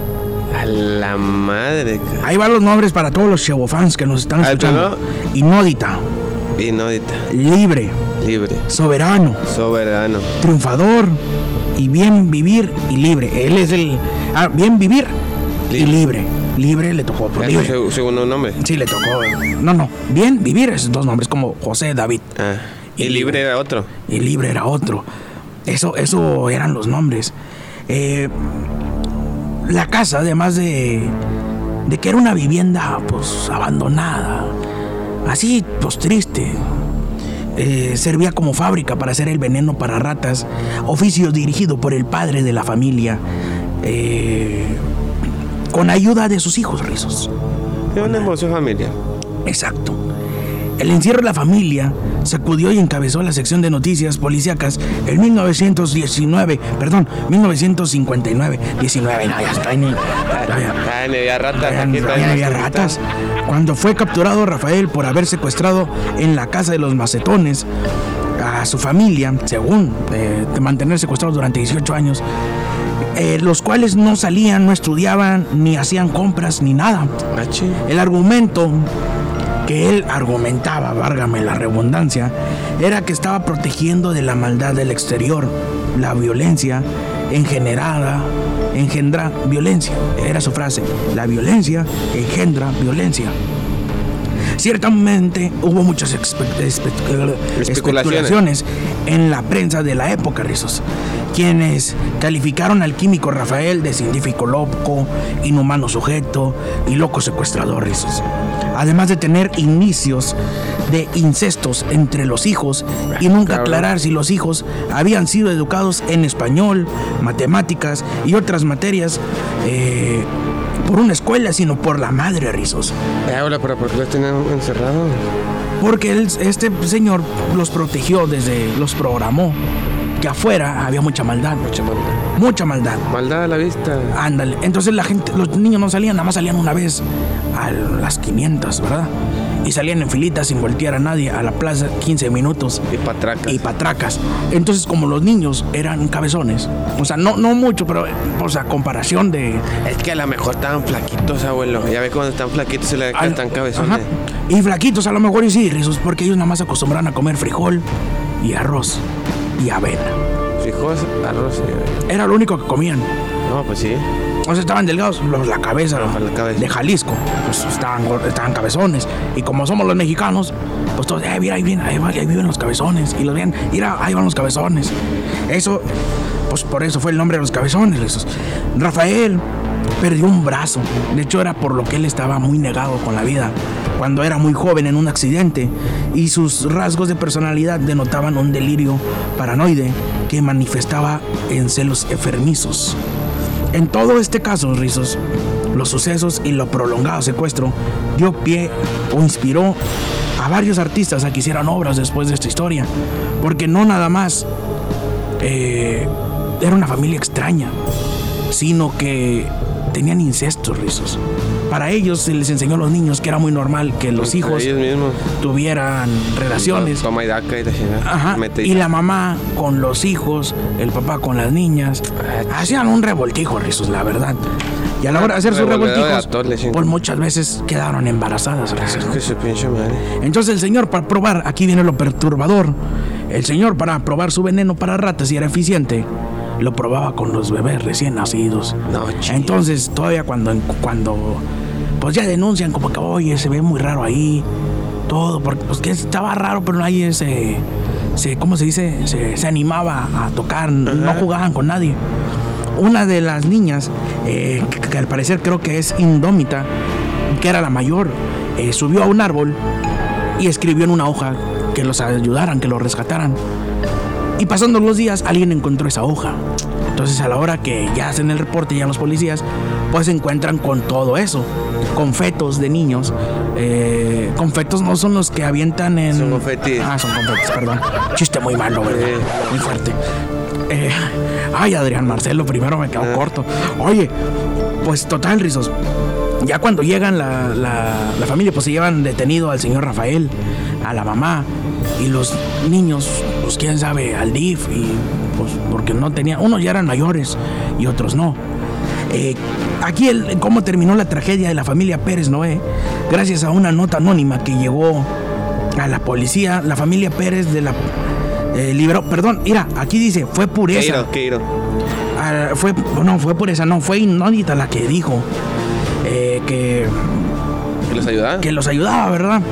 A la madre. ca- Ahí van los nombres para todos los chevofans que nos están Ahí está, escuchando. Inódita, Inódita. libre, Libre. soberano, Soberano. triunfador y bien vivir y libre. Él es el ah, bien vivir y libre. Libre le tocó por Es su libre. seg- segundo nombre. Sí le tocó. eh. No, no, bien vivir esos dos nombres como José David Ah. Y libre era otro. y libre era otro. Eso eso eran los nombres. Eh, la casa además de de que era una vivienda pues abandonada, así pues triste. Eh, servía como fábrica para hacer el veneno para ratas, oficio dirigido por el padre de la familia, eh, con ayuda de sus hijos rizos. Es un negocio familiar. Exacto. El encierro de la familia sacudió y encabezó la sección de noticias policíacas en 1919, perdón, 1959, 19, no, ya está ni- todavía- Ah, ni había ratas. todavía- Aquí está todavía la había ratita. ratas. Cuando fue capturado Rafael por haber secuestrado en la casa de los macetones a su familia, según eh, de mantener secuestrados durante 18 años, eh, los cuales no salían, no estudiaban, ni hacían compras, ni nada. Ah, ching. El argumento que él argumentaba, válgame la redundancia, era que estaba protegiendo de la maldad del exterior, la violencia engenerada, engendra violencia. Era su frase, la violencia engendra violencia. Ciertamente hubo muchas espe- espe- especulaciones en la prensa de la época, Rizos, quienes calificaron al químico Rafael de científico loco, inhumano sujeto y loco secuestrador, Rizos. Además de tener inicios de incestos entre los hijos y nunca Cabrón. aclarar si los hijos habían sido educados en español, matemáticas y otras materias eh, por una escuela, sino por la madre, Rizos. Eh, ahora, pero ¿por qué los tienen encerrados? Porque él- este señor los protegió desde, los programó. Que afuera había mucha maldad, Mucha maldad. mucha maldad. Maldad a la vista. Ándale. Entonces la gente, los niños no salían, nada más salían una vez a las 500, ¿verdad? Y salían en filita sin voltear a nadie a la plaza 15 minutos Y patracas. y patracas. Entonces, como los niños eran cabezones, o sea, no, no mucho, pero, o sea, comparación de. Es que a lo mejor estaban flaquitos, abuelo. Ya ve cuando están flaquitos se le están cabezones. Ajá. Y flaquitos a lo mejor y sí, rizos, porque ellos nada más se acostumbran a comer frijol y arroz y avena. Fijos, arroz. y- Era lo único que comían. No, pues sí. O sea, estaban delgados, los, la, cabeza, la cabeza. de Jalisco. Pues estaban, gor- estaban cabezones. Y como somos los mexicanos, pues todos, eh, mira, ahí, vienen, ahí, va- ahí viven los cabezones. Y los veían, mira, ahí van los cabezones. Eso, pues por eso fue el nombre de los cabezones. esos. Rafael perdió un brazo. De hecho, era por lo que él estaba muy negado con la vida. Cuando era muy joven en un accidente y sus rasgos de personalidad denotaban un delirio paranoide que manifestaba en celos enfermizos. En todo este caso, Rizos, los sucesos y lo prolongado secuestro dio pie o inspiró a varios artistas a que hicieran obras después de esta historia, porque no nada más eh, era una familia extraña, sino que tenían incestos, Rizos. Para ellos se les enseñó a los niños que era muy normal que los Entre hijos ellos mismos. tuvieran relaciones. Toma y daca y la chingada. Ajá. Mete Y la mamá con los hijos, el papá con las niñas. Hacían un revoltijo, Rizos, la verdad. Y a la hora de hacer sus Revolvedor de revoltijos, atole, chinga. pues muchas veces quedaron embarazadas, Rizos, Es ¿no? que su pinche madre. Entonces el señor, para probar, aquí viene lo perturbador. El señor, para probar su veneno para ratas y era eficiente, lo probaba con los bebés recién nacidos. No, chinga. Entonces, todavía cuando, cuando pues ya denuncian como que, oye, se ve muy raro ahí, todo, porque pues que estaba raro, pero nadie se, se ¿cómo se dice? Se, se animaba a tocar, no jugaban con nadie. Una de las niñas, eh, que, que al parecer creo que es indómita, que era la mayor, eh, subió a un árbol y escribió en una hoja que los ayudaran, que los rescataran. Y pasando los días, alguien encontró esa hoja. Entonces, a la hora que ya hacen el reporte, ya los policías, pues se encuentran con todo eso. Con fetos de niños. Eh, con fetos no son los que avientan en. Son confeti. Ah, son confetis, perdón. Chiste muy malo, ¿verdad? Sí. Muy fuerte. Eh, ay, Adrián Marcelo, primero me Ah. quedó corto. Oye, pues total, Rizos. Ya cuando llegan la, la- la familia, pues se llevan detenido al señor Rafael, a la mamá y los niños, pues quién sabe, al DIF, y pues porque no tenía, unos ya eran mayores y otros no. Eh, aquí el, cómo terminó la tragedia de la familia Pérez Noé, gracias a una nota anónima que llegó a la policía, la familia Pérez de la... eh, liberó, perdón, mira, aquí dice, fue pureza. Keiro, Keiro. Ah, fue, no, fue por esa, no, fue Inódita la que dijo eh, que, ¿Que los ayudaba? que los ayudaba, ¿verdad?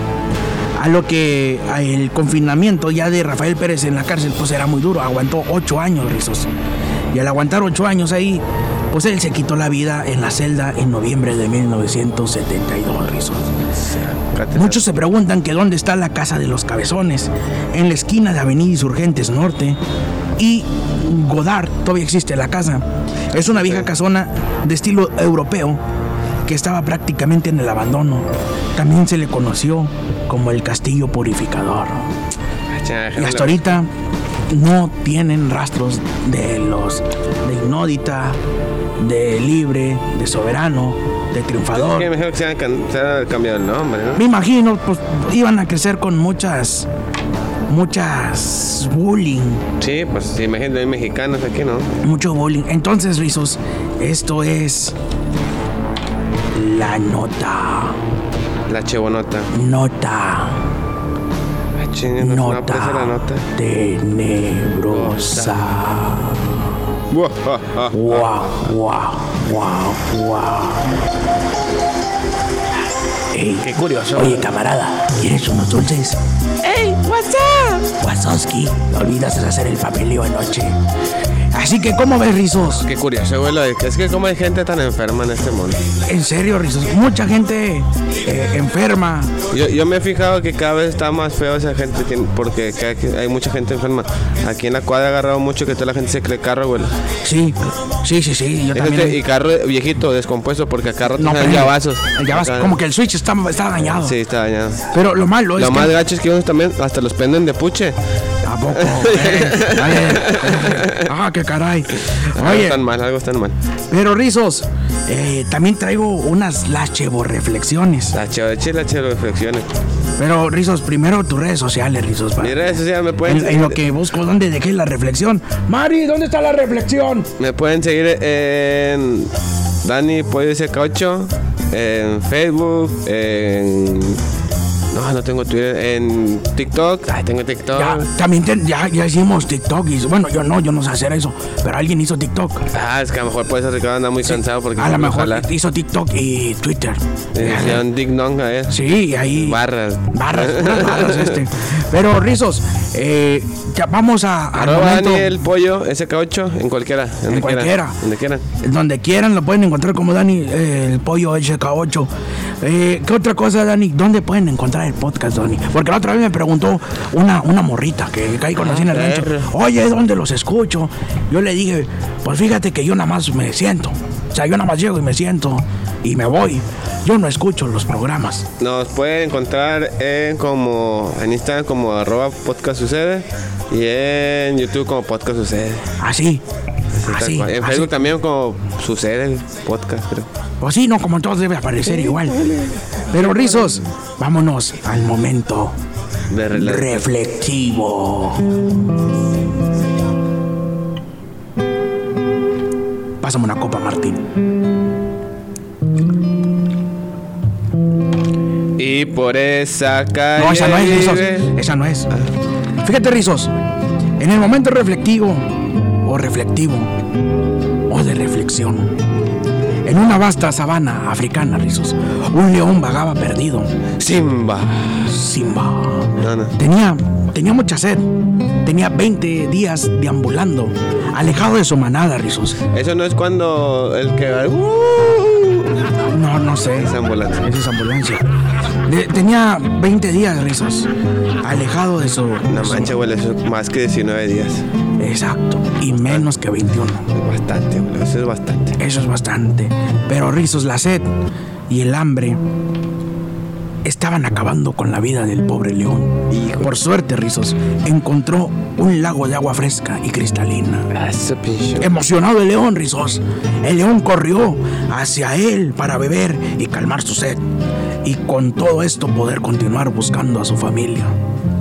A lo que a el confinamiento ya de Rafael Pérez en la cárcel, pues era muy duro, aguantó ocho años, Rizos. Y al aguantar ocho años ahí, pues él se quitó la vida en la celda en noviembre de 1972, Rizos. Cátedra. Muchos se preguntan que dónde está la casa de los cabezones, en la esquina de Avenida Insurgentes Norte y Godard, todavía existe la casa. Es una vieja casona de estilo europeo que estaba prácticamente en el abandono. También se le conoció como el Castillo Purificador. Ah, chinga, Y déjalo. hasta ahorita no tienen rastros de los de Inódita, de Libre, de Soberano, de Triunfador. Que mejor que se haya can- se haya cambiado el nombre, ¿no? Me imagino, pues iban a crecer con muchas, muchas bullying, Sí, pues sí, imagínate, hay mexicanos aquí, ¿no? mucho bullying. Entonces, Rizos, esto es la nota, La chebonota. nota, Ah, chinga, no, no aparece la nota nota. tenebrosa. Buah, ah, ah. Wow, wow, wow, wow. Qué curioso. Oye, camarada, ¿quieres unos dulces? ¡Ey, what's up? Wazowski, no olvidas hacer el papeleo anoche. Así que, ¿cómo ves, Rizos? Qué curioso, güey. lo de- Es que como hay gente tan enferma en este mundo. En serio, Rizos, mucha gente eh, enferma. Yo, yo me he fijado que cada vez está más feo esa gente tiene- porque cada que- hay mucha gente enferma. Aquí en la cuadra ha agarrado mucho que toda la gente se cree carro, güey. Sí, sí, sí, sí, yo Déjate, y también. carro descompuesto, descompuesto, porque acá rato No, salen prende. llavazos. Ya vas, Acá- como que el switch está, está dañado. Sí, está dañado. Pero lo malo es Lo que... más gacho es que unos también hasta los prenden de puche. ¿A poco? Eh, eh, ah, qué caray. Algo Oye, están mal, algo están mal. pero Rizos, eh, también traigo unas lachevo reflexiones. La chévere, la chévere, reflexiones. Pero Rizos, primero tus redes sociales, Rizos. para- Mis redes sociales me pueden en, en seguir. lo que busco, ¿dónde dejé la reflexión? Mari, ¿dónde está la reflexión? Me pueden seguir en Dani Pollo SK8, en Facebook, en. No, no tengo Twitter, en TikTok. Ay, tengo TikTok. Ya, también te- ya, ya hicimos TikTok. Y, bueno, yo no, yo no sé hacer eso. Pero alguien hizo TikTok. Ah, es que a lo mejor puede ser Ricardo anda muy cansado porque A lo mejor ojalá. hizo TikTok y Twitter. Eh, sea un Dick Nong, a ver. Sí, ahí. Barras. Barras, puras barras este. Pero Rizos, eh, ya vamos a, al Arroba momento. Dani el pollo SK8 en cualquiera. Donde En cualquiera. Quiera, donde quieran. Donde quieran lo pueden encontrar como Dani, eh, el pollo HK8. Eh, ¿Qué otra cosa, Dani? ¿Dónde pueden encontrar el podcast, Dani? Porque la otra vez me preguntó una, una morrita que caí con en el rancho. perro. Oye, ¿dónde los escucho? Yo le dije, pues fíjate que yo nada más me siento. O sea, yo nada más llego y me siento y me voy. Yo no escucho los programas. Nos pueden encontrar en como en Instagram como arroba podcast sucede y en YouTube como podcast sucede. Así. Así. en así. Facebook también como sucede el podcast, creo. O sí, no, como todos debe aparecer igual. Pero rizos, vámonos al momento De relax. reflexivo. Pásame una copa, Martín. Y por esa calle. No, esa no es, Rizos. vive- Esa no es. Fíjate, Rizos. En el momento reflectivo, o reflectivo, o de reflexión, en una vasta sabana africana, Rizos, un león vagaba perdido. Simba. Simba. No, no. Tenía, tenía mucha sed. Tenía 20 días deambulando, alejado de su manada, Rizos. Eso no es cuando el que. ¡Uh! No, no sé. Esa ambulancia. Esa es ambulancia. De- tenía 20 días, Rizos, alejado de su... No su- manches, güey, eso es más que 19 días. Exacto. Y menos que 21. Es bastante, güey. Eso es bastante. Eso es bastante. Pero Rizos, la sed y el hambre estaban acabando con la vida del pobre león. Hijo. Por suerte, Rizos, encontró un lago de agua fresca y cristalina. Eso, pinche. Emocionado el león, Rizos. El león corrió hacia él para beber y calmar su sed. Y con todo esto poder continuar buscando a su familia,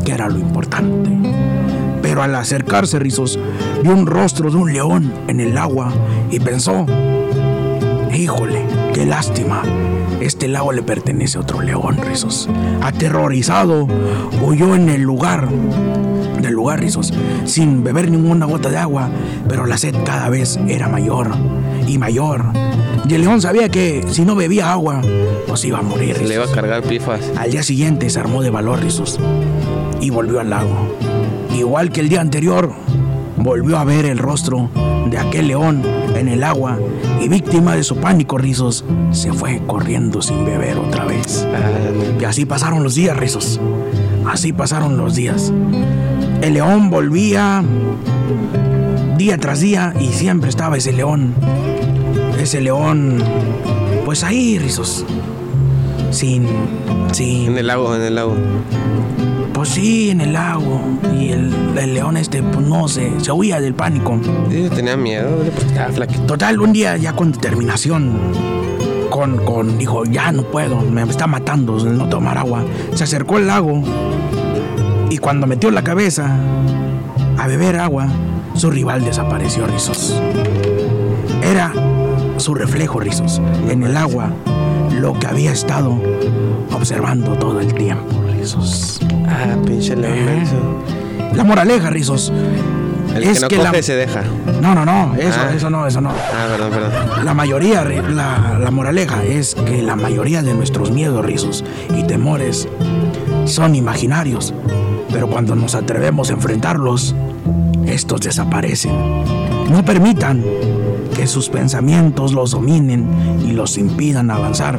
que era lo importante. Pero al acercarse, Rizos, vio un rostro de un león en el agua y pensó, híjole, qué lástima. Este lago le pertenece a otro león, Rizos. Aterrorizado, huyó en el lugar del lugar, Rizos, sin beber ninguna gota de agua, pero la sed cada vez era mayor y mayor. Y el león sabía que si no bebía agua, pues iba a morir. Le iba a Rizos. cargar pifas. Al día siguiente se armó de valor, Rizos, y volvió al lago. Igual que el día anterior, volvió a ver el rostro de aquel león en el agua y víctima de su pánico, Rizos, se fue corriendo sin beber otra vez. Ah, Y así pasaron los días, Rizos. Así pasaron los días. El león volvía día tras día y siempre estaba ese león. Ese león, pues ahí, Rizos. Sin, sin, En el lago, en el lago. pues sí, en el lago. Y el, el león este, pues no sé, se huía del pánico. Sí, yo tenía miedo, güey, porque estaba flaquito. Total, un día ya con determinación, con, con, dijo, ya no puedo, me está matando el no tomar agua. Se acercó al lago y cuando metió la cabeza a beber agua, su rival desapareció, Rizos. Era su reflejo, Rizos, en el agua, lo que había estado observando todo el tiempo, Rizos. Ah, pinche león menso. La moraleja, Rizos. El es que no que la- coge se deja. No, no, no, eso, Ah. eso no, eso no. Ah, perdón, perdón. La mayoría, re- la, la moraleja es que la mayoría de nuestros miedos, rizos y temores son imaginarios, pero cuando nos atrevemos a enfrentarlos, estos desaparecen. No permitan que sus pensamientos los dominen y los impidan avanzar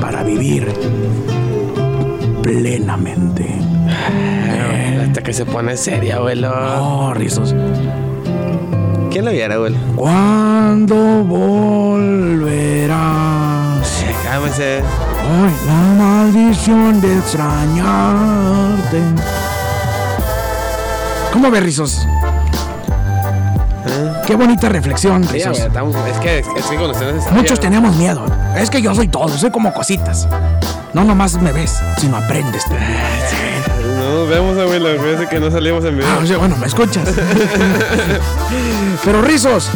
para vivir plenamente. Ah, Hasta que se pone seria, abuelo. Oh, rizos. ¿Quién lo viera, abuelo? ¿Cuándo volverás? Cálmese. Ay, la maldición de extrañarte. ¿Cómo ves, Rizos? Qué bonita reflexión, Sí, Rizos. güey, estamos- es que, es que con ustedes está Muchos bien. tenemos miedo. Es que yo soy todo, soy como cositas. No nomás me ves, sino aprendes. No nos vemos, abuelo. Fíjese que no salimos en video. Ah, o sea, bueno, me escuchas. Pero, Rizos,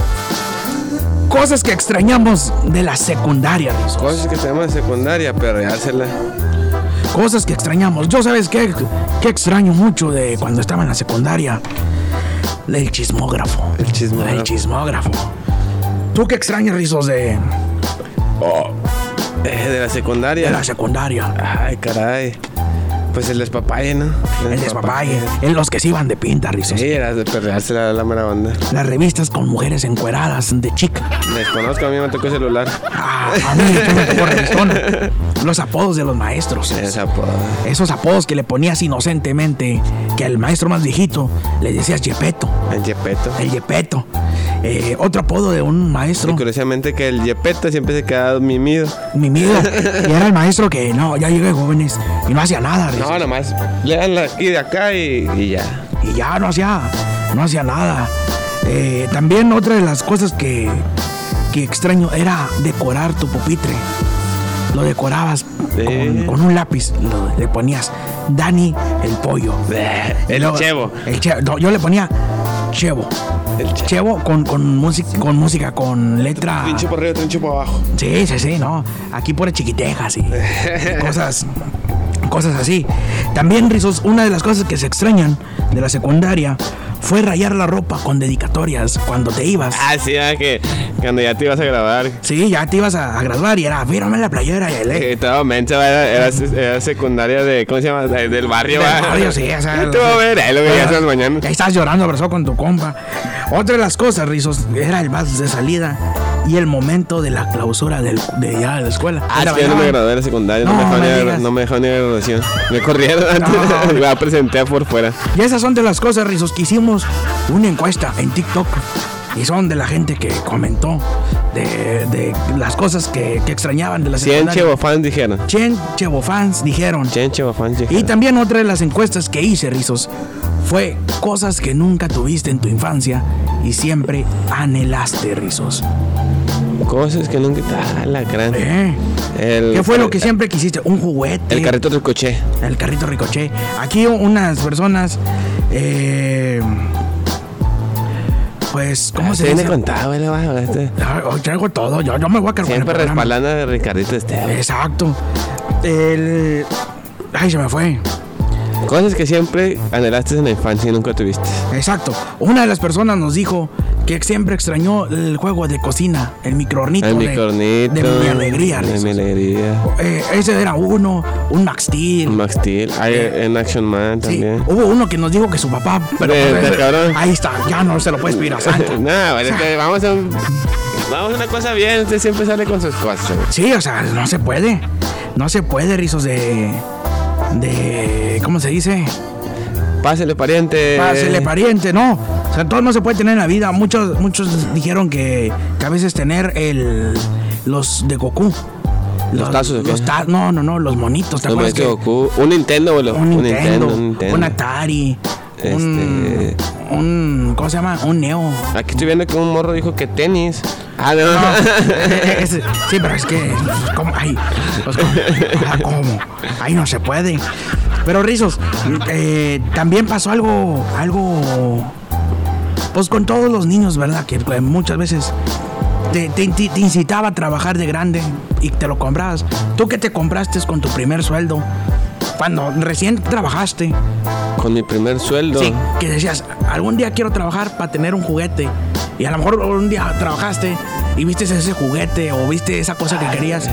cosas que extrañamos de la secundaria, Rizos. Cosas que tenemos en secundaria, pero reársela. Cosas que extrañamos. Yo sabes qué, qué extraño mucho de cuando estaba en la secundaria. El chismógrafo. El chismógrafo. El chismógrafo. ¿Tú qué extrañas, Rizos, de, Eh, de la secundaria. de la secundaria? Ay, caray. Pues el despapalle, ¿no? El despapalle. En los que se iban de pinta, Rizos. Sí, era de perreársela a la mera banda. Las revistas con mujeres encueradas de chica. Desconozco, a mí me tocó celular. Ah, a mí que me tocó revistón. Los apodos de los maestros. Esa poda. Esos apodos que le ponías inocentemente, que al maestro más viejito le decías Yepeto. El yepeto. El Yepeto. Eh, otro apodo de un maestro. Y curiosamente que el yepeto siempre se quedaba mimido. mi miedo. Y era el maestro que no, ya llegué jóvenes y no hacía nada. Rizos. No, nomás. Lean aquí de acá y, y ya. Y ya no hacía, no hacía nada. Eh, también otra de las cosas que, que extraño era decorar tu pupitre. Lo decorabas Eh. con, con un lápiz, lo- le ponías Dani el pollo. Y El luego- chevo. El chevo. No, yo le ponía chevo. El chevo. Chevo con, con, música, con música, con letra. Pinche por arriba, pinche por abajo. Sí, sí, sí, no. Aquí por chiquitejas y y cosas, cosas así. También, Rizos, una de las cosas que se extrañan de la secundaria fue rayar la ropa con dedicatorias cuando te ibas. Ah, sí, ah, que cuando ya te ibas a grabar. Sí, ya te ibas a, a graduar y era, fírame la playera y el Eh, todo mensa, va, era, era, era secundaria de, ¿cómo se llama? Eh, Del barrio, Del va. barrio, sí, o sea, Ah. Ya te voy a ver, ahí lo veías en las Y mañanas. ahí estás llorando abrazado con tu compa. Otra de las cosas, Rizos, era el vaso de salida y el momento de la clausura del- de ya de la escuela. Ah, es Era que yo no me bailaban. gradué de la secundaria, no, No, me me dejaron ir a- digas. no me dejaron ir a graduación. Me corrieron antes, No. la presenté por fuera. Y esas son de las cosas, Rizos, que hicimos una encuesta en TikTok. Y son de la gente que comentó de, de las cosas que, que extrañaban de las 100 chevofans dijeron. Chen Chevo fans dijeron. 100 chevofans Y dijeron. también otra de las encuestas que hice, Rizos, fue cosas que nunca tuviste en tu infancia y siempre anhelaste, Rizos. Cosas que nunca... Ah, la gran... ¿Eh? El- ¿Qué fue lo que siempre quisiste? Un juguete. El carrito del coche. El carrito ricoché. Aquí unas personas. eh, pues, ¿cómo se Ah, viene dice? contado, güey, va, este. Ah, Hoy traigo todo, yo, yo me voy a cargar. Siempre el programa. respaldando a Ricardito este. Esteves. Exacto. El. Ay, se me fue. Cosas que siempre anhelaste en la infancia y nunca tuviste. Exacto. Una de las personas nos dijo que siempre extrañó el juego de cocina, el microornito. El de- micronito. De, mi alegría. De Rizos. mi alegría. Eh, ese era uno, un Max Steel. Max Steel. Hay en Action Man Sí, también. hubo uno que nos dijo que su papá. Pero, pues, De- de cabrón. ahí está, ya no se lo puedes pedir a Santa. Nada, güey, este, vamos a un- Vamos a una cosa bien. Usted siempre sale con sus cosas. güey. Sí, o sea, no se puede. No se puede, rizos de. de. ¿Cómo se dice? Pásele, pariente. Pásele pariente, no. O sea, todo no se puede tener en la vida. Muchos, muchos dijeron que, que a veces tener el. los de Goku. ¿Los tazos o qué? los ta- No, no, no, los monitos, ¿te No me acuerdas? que- equivoco. Un Nintendo, boludo. un, Nintendo, un Nintendo. Este, un Atari. Un, un. ¿Cómo se llama? Un Neo. Aquí estoy viendo que un morro dijo que tenis. Ah, no. No, eh, es- sí, pero es que. ¿Cómo? Ay, pues, ¿cómo? Ah, ¿cómo? Ay, no se puede. Pero Rizos, eh, también pasó algo. Algo. Pues con todos los niños, ¿verdad? Que pues, muchas veces te, te inti- te incitaba a trabajar de grande y te lo comprabas. Tú que te compraste con tu primer sueldo, cuando recién trabajaste, Con mi primer sueldo. Sí, que decías, algún día quiero trabajar para tener un juguete. Y a lo mejor un día trabajaste y viste ese juguete o viste esa cosa que querías,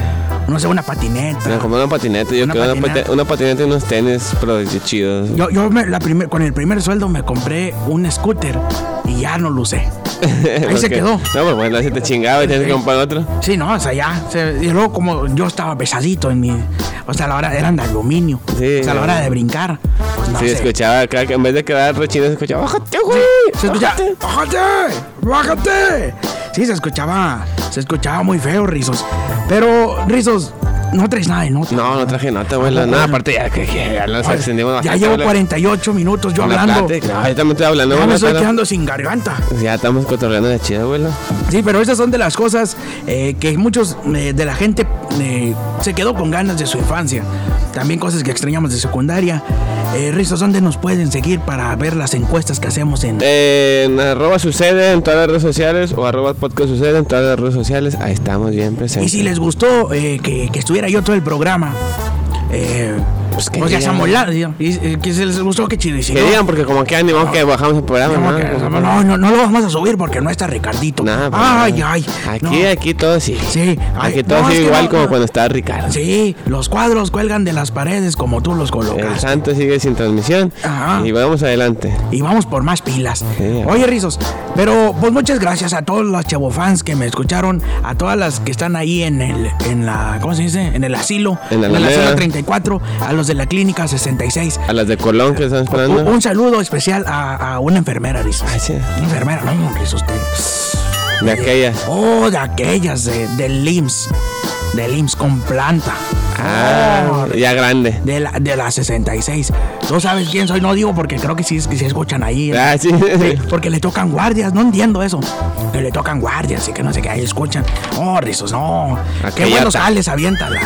no sé, una Me patineta. compré una patineta, yo Una creo una, patineta. pati- una patineta y unos tenis, pero de chidos. Yo, yo me- la primer- con el primer sueldo me compré un scooter y ya no lo usé. Ahí Porque- se quedó. No, pues bueno, así te chingaba y tienes que comprar otro. Sí, no, o sea, ya. se- y luego como yo estaba pesadito en mi... O sea, a la hora eran de aluminio. Sí. o sea, a la hora de brincar. pues, no Sí, sé. escuchaba acá que en vez de quedar rechino, se escuchaba, ¡bájate, güey! Se escucha, bájate". ¡bájate! ¡Bájate! Sí, se escuchaba, se escuchaba muy feo, Rizos. Pero, Rizos, no traes nada de nota. No, no traje nota, güey. la- no, Nada, no. aparte ya que que ya nos extendimos ya bastante. llevo güey, 48 minutos yo con la hablando. plática. No, yo también estoy hablando, ya güey, me no, estoy pero- quedando sin garganta. Ya estamos cotorreando de chido, güey. Sí, pero esas son de las cosas eh, que muchos eh, de la gente eh, se quedó con ganas de su infancia. También cosas que extrañamos de secundaria. Eh, Rizos, ¿dónde nos pueden seguir para ver las encuestas que hacemos en... Eh, en arroba sucede en todas las redes sociales o arroba podcast sucede en todas las redes sociales. Ahí estamos bien Y presentes. si les gustó eh, que, que estuviera yo todo el programa, eh, pues, que ya digan. estamos la- ya. Y, eh, que si les gustó, que chido. Y si Que no, digan, pues, porque como que animamos que bajamos el programa, como ¿no? que- Como- no, no, no lo vamos a subir porque no está Ricardito. Nada, ay, pero- ay. pues, Aquí, no. aquí todo sí. Sí, ay, Aquí todo no, sí, es que igual no, como no. cuando estaba Ricardo. Sí, los cuadros cuelgan de las paredes como tú los El colocas. santo sigue sin transmisión. Ajá. Y vamos adelante. Y vamos por más pilas. Sí. Oye, Rizos, pero pues muchas gracias a todos los chavofans que me escucharon, a todas las que están ahí en el, en la, ¿cómo se dice? En el asilo, En la el Alameda. asilo 34, a los de la clínica 66, A las de Colón que están Un, esperando. un saludo especial a, a una enfermera, Rizos. Ah, sí. Una enfermera, no, Rizos. te- De aquellas. Oh, de aquellas de, del IMSS. del IMSS con planta. Ah, No, ya grande. de la, de la 66. Tú sabes quién soy, no digo porque creo que sí, sí escuchan ahí. Ah, sí. Sí, porque le tocan guardias, no entiendo eso. Que le tocan guardias y que no sé qué, ahí escuchan. Oh, rizos, no. Aquella Qué buenos ta- sales, aviéntala.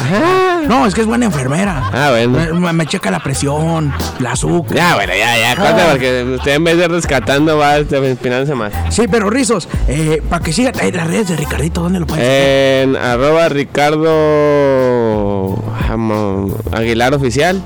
No, es que es buena enfermera. Ah, bueno. Me- Me, me checa la presión, la azúcar. Ya, bueno, ya, ya, corta, Ah. porque usted en vez de rescatando va espinándose más. Sí, pero rizos, eh, para que sigan eh, las redes de Ricardito, ¿dónde lo pueden En arroba Ricardo Jamo- Aguilar Oficial.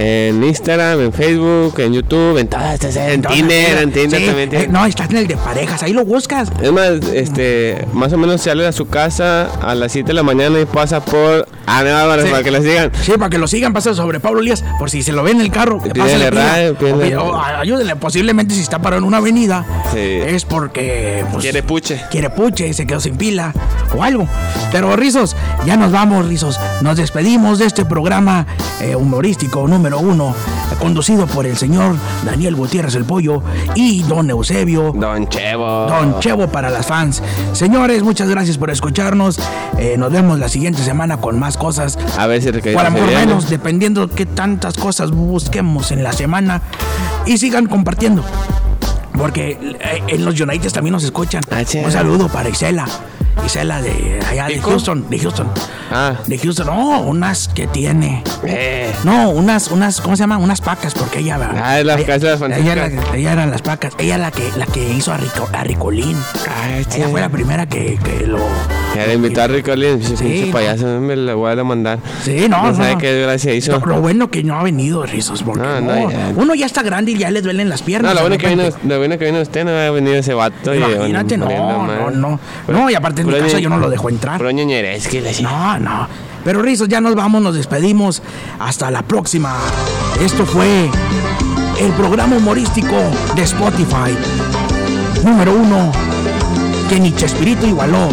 En Instagram, en Facebook, en YouTube, en todas estas. En Entonces, Tinder, en mira, Tinder sí, también. eh, tiene. no, estás en el de parejas, ahí lo buscas. Es más, este, más o menos sale a su casa a las 7 de la mañana y pasa por. Ah, no, Álvarez, Sí. para que la sigan. Sí, para que lo sigan, pasen sobre Pablo Elías. Por si se lo ve en el carro, que Pídele pásenle pila. radio, pídele- O- o ayúdenle. Posiblemente si está parado en una avenida, Sí. es porque pues, Quiere puche. quiere puche, se quedó sin pila o algo. Pero Rizos, ya nos vamos, Rizos. Nos despedimos de este programa eh, humorístico número uno, conducido por el señor Daniel Gutiérrez el Pollo y don Eusebio. Don Chevo. Don Chevo para las fans. Señores, muchas gracias por escucharnos. Eh, nos vemos la siguiente semana con más cosas. A ver si O a recaída lo se mejor viene. menos, dependiendo qué tantas cosas busquemos en la semana. Y sigan compartiendo. Porque eh, en los United también nos escuchan. Ah, sí. Un saludo para Isela. Isela de allá de Houston. De Houston. Ah. De Houston. No, unas que tiene. Eh, No, unas, unas, ¿cómo se llama? Unas pacas, porque ella. Ah, es la ella- casa de ella, Francisca. era- ella eran las pacas. Ella la que, la que hizo a, Rico- a Ricolín. Ah, sí. Ella fue la primera que, que lo. ya le invitó a Ricolín. Sí, no. payaso, me lo voy a demandar. Sí, no, No sabe no. qué desgracia hizo. Lo, lo bueno que no ha venido Rizos, porque No, no, no, ya. uno ya está grande y ya les duelen las piernas. No, lo de bueno, que vino, repente. lo bueno que vino usted no ha venido ese vato. y- Imagínate, no, poniendo no, madre. no. No, y aparte en mi Puro casa ñe- yo no lo dejo entrar. Puro ñoñerés, que le decía. No, no. Pero Rizos, ya nos vamos, nos despedimos. Hasta la próxima. Esto fue el programa humorístico de Spotify. Número uno, que ni Chespirito igualó.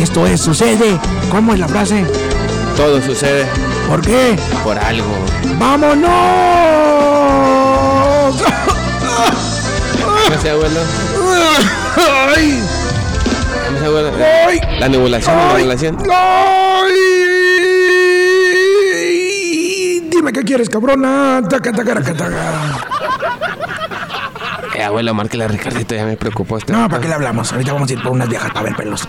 Esto es, sucede. ¿Cómo es la frase? Todo sucede ¿Por qué? por algo. ¡Vámonos! No sé, abuelo. ¡Ay! No sé, abuelo. ¡Ay! La nebulación, la ¡Ay! nebulación. ¡Ay! Dime qué quieres, cabrona. Taca, tacara, catagara. Eh, abuelo, márquela a Ricardito, ya me preocupó este. No, vato. ¿para qué le hablamos? Ahorita vamos a ir por unas viejas para ver pelos.